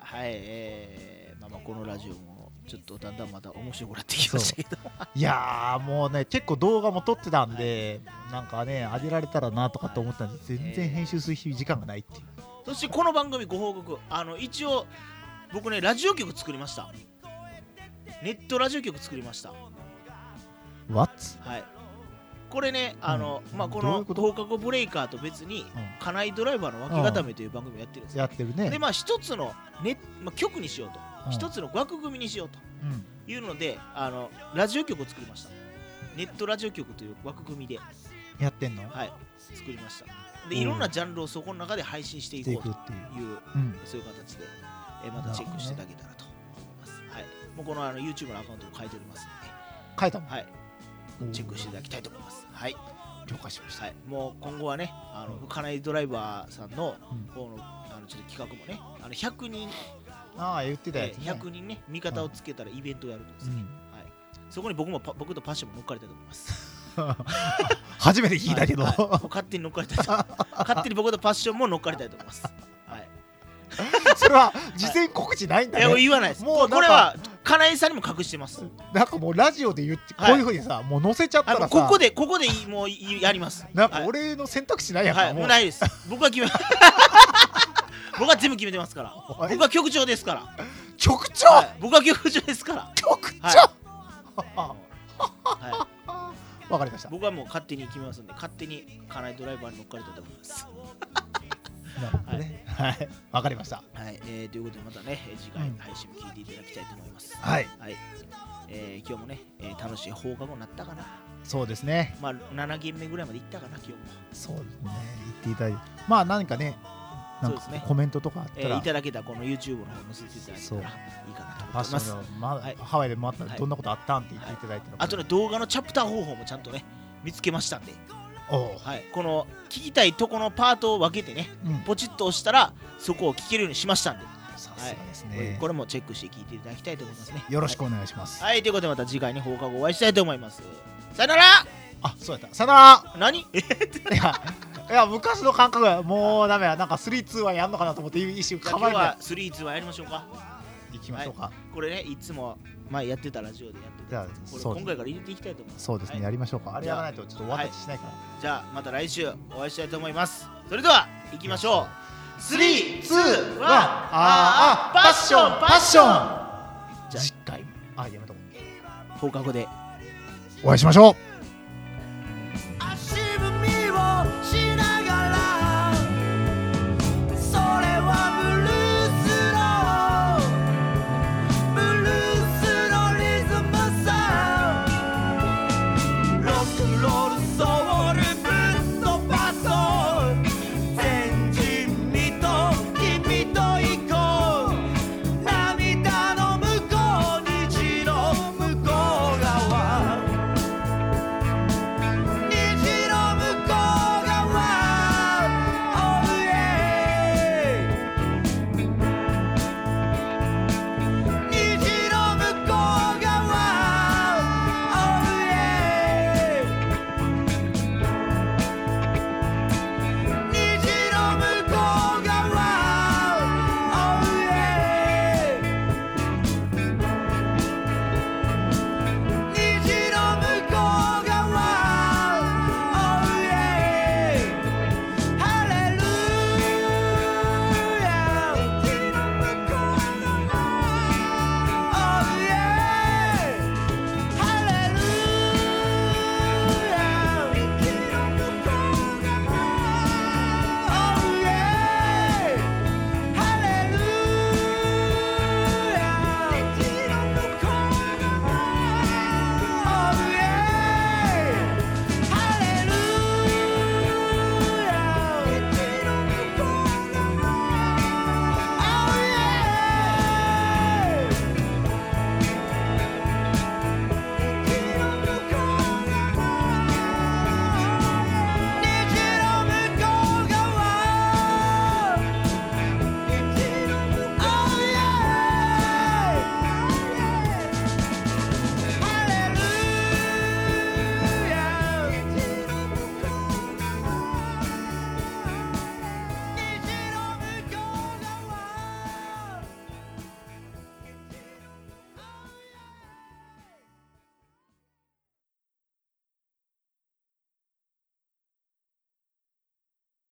Speaker 1: ーはいえーまあまあこのラジオもちょっとだんだんまた面白くなってきましたけど
Speaker 2: いやーもうね結構動画も撮ってたんで、なんかね上げられたらなとかと思ったんで全然編集する時間がないっていう、
Speaker 1: そしてこの番組ご報告あの一応僕ねラジオ局作りましたネットラジオ局作りました
Speaker 2: What?
Speaker 1: はいこれねあの、
Speaker 2: うん
Speaker 1: まあこ
Speaker 2: どうい
Speaker 1: の
Speaker 2: うこと
Speaker 1: 放課後ブレイカーと別に
Speaker 2: うん
Speaker 1: 家内ドライバーの脇固めという番組をやってるんですよ
Speaker 2: やってるね
Speaker 1: でまあ一つの、ねまあ、局にしようと
Speaker 2: うん
Speaker 1: 一つの枠組みにしようと
Speaker 2: うん
Speaker 1: いうのであのラジオ局を作りましたネットラジオ局という枠組みで
Speaker 2: やってんの
Speaker 1: はい、作りましたで
Speaker 2: うん
Speaker 1: いろんなジャンルをそこの中で配信してい
Speaker 2: してい
Speaker 1: こ
Speaker 2: く
Speaker 1: う
Speaker 2: っ
Speaker 1: と
Speaker 2: ていう、
Speaker 1: いう
Speaker 2: うん、
Speaker 1: そういう形で、えーまたチェックしていただけたらと思います、はい、もうこのあの YouTube のアカウントも書いております
Speaker 2: 書いたも
Speaker 1: の
Speaker 2: ん
Speaker 1: で、はい、
Speaker 2: うん
Speaker 1: チェックしていただきたいと思いますはい、
Speaker 2: 了解しました
Speaker 1: はい、もう今後はねあの家内ドライバーさんの
Speaker 2: うん
Speaker 1: 方のあのちょっと企画もねあの100人、
Speaker 2: ああ言ってたや
Speaker 1: え
Speaker 2: つ、
Speaker 1: ー
Speaker 2: ね、
Speaker 1: 100人ね味方をつけたらイベントをやるとですね、
Speaker 2: うん
Speaker 1: はい、そこに僕もパ僕とパッションも乗っかりたいと思います
Speaker 2: 初めて聞いたけど、
Speaker 1: はいはいもう勝手に乗っかりたいと勝手に僕とパッションも乗っかりたいと思います、はい、
Speaker 2: それは事前告知ないんだ
Speaker 1: い
Speaker 2: ね、
Speaker 1: やもう言わないです
Speaker 2: もうなんか
Speaker 1: これは金井さんにも隠してます
Speaker 2: なんかもうラジオで言ってこういうふうにさ、もう載せちゃった
Speaker 1: あ
Speaker 2: らさ
Speaker 1: のここでここでいもういやります
Speaker 2: なんか俺の選択肢ないやんか、
Speaker 1: はい、はい、
Speaker 2: も
Speaker 1: もう
Speaker 2: う
Speaker 1: ないです僕は決め 僕は全部決めてますから
Speaker 2: おい
Speaker 1: 僕は局長ですから、
Speaker 2: 局長、
Speaker 1: はい、僕は局長ですから
Speaker 2: 局長、
Speaker 1: はいはい、
Speaker 2: わかりました
Speaker 1: 僕はもう勝手に決めますんで勝手に家内ドライバーに乗っかれたと思います
Speaker 2: なるほどねはいわかりました
Speaker 1: はい、えー、ということでまたねえー次回
Speaker 2: うん
Speaker 1: 配信も聞いていただきたいと思います、
Speaker 2: はい
Speaker 1: はい、えー今日もね、えー楽しい放課後になったかな
Speaker 2: そうですね
Speaker 1: まあ7軒目ぐらいまで行ったかな今日も、
Speaker 2: そうですね言っていただいてまあ何かねなん
Speaker 1: そうですね
Speaker 2: かコメントとかあっ
Speaker 1: え
Speaker 2: た
Speaker 1: ー
Speaker 2: ら、
Speaker 1: いただけたらこの YouTube の方に載せていただけたらいいかなと
Speaker 2: ファ
Speaker 1: 思っ
Speaker 2: ッ
Speaker 1: て
Speaker 2: シ
Speaker 1: ます
Speaker 2: ョンの、ま
Speaker 1: はい
Speaker 2: ハワイでもあったら
Speaker 1: はい
Speaker 2: どんなことあったんって言っていただいてるのか
Speaker 1: あとね動画のチャプター方法もちゃんとね見つけましたんで、
Speaker 2: おう
Speaker 1: はい、この聞きたいとこのパートを分けてね
Speaker 2: うん
Speaker 1: ポチッと押したらそこを聞けるようにしましたんで、
Speaker 2: さすがです
Speaker 1: これ
Speaker 2: ね、
Speaker 1: これもチェックして聞いていただきたいと思いますね
Speaker 2: よろしくお願いします、
Speaker 1: はい、はいということでまた次回に放課後お会いしたいと思いますさよなら
Speaker 2: あそうやったさよな
Speaker 1: 何え
Speaker 2: らいやいや昔の感覚はもうダメやなんか3-2はや んのかなと思って一瞬
Speaker 1: 今
Speaker 2: 構
Speaker 1: 日
Speaker 2: えて
Speaker 1: はスリーツはやりましょうか
Speaker 2: いきましょうか、
Speaker 1: これねいつも前やってたラジオでやって
Speaker 2: じゃ
Speaker 1: た
Speaker 2: あ
Speaker 1: やつこれ
Speaker 2: そう
Speaker 1: 今回から入れていきたいと思います
Speaker 2: そうですね、
Speaker 1: はい
Speaker 2: やりましょうかあれ
Speaker 1: じゃ
Speaker 2: や
Speaker 1: あ
Speaker 2: らないとちょっとお渡ししないから、
Speaker 1: じゃあまた来週お会いしたいと思いますそれでは行きましょうスリーツーワン
Speaker 2: あーあパッションパッション
Speaker 1: じゃあ
Speaker 2: 次回あやめとこ
Speaker 1: 放課後で
Speaker 2: うお会いしましょう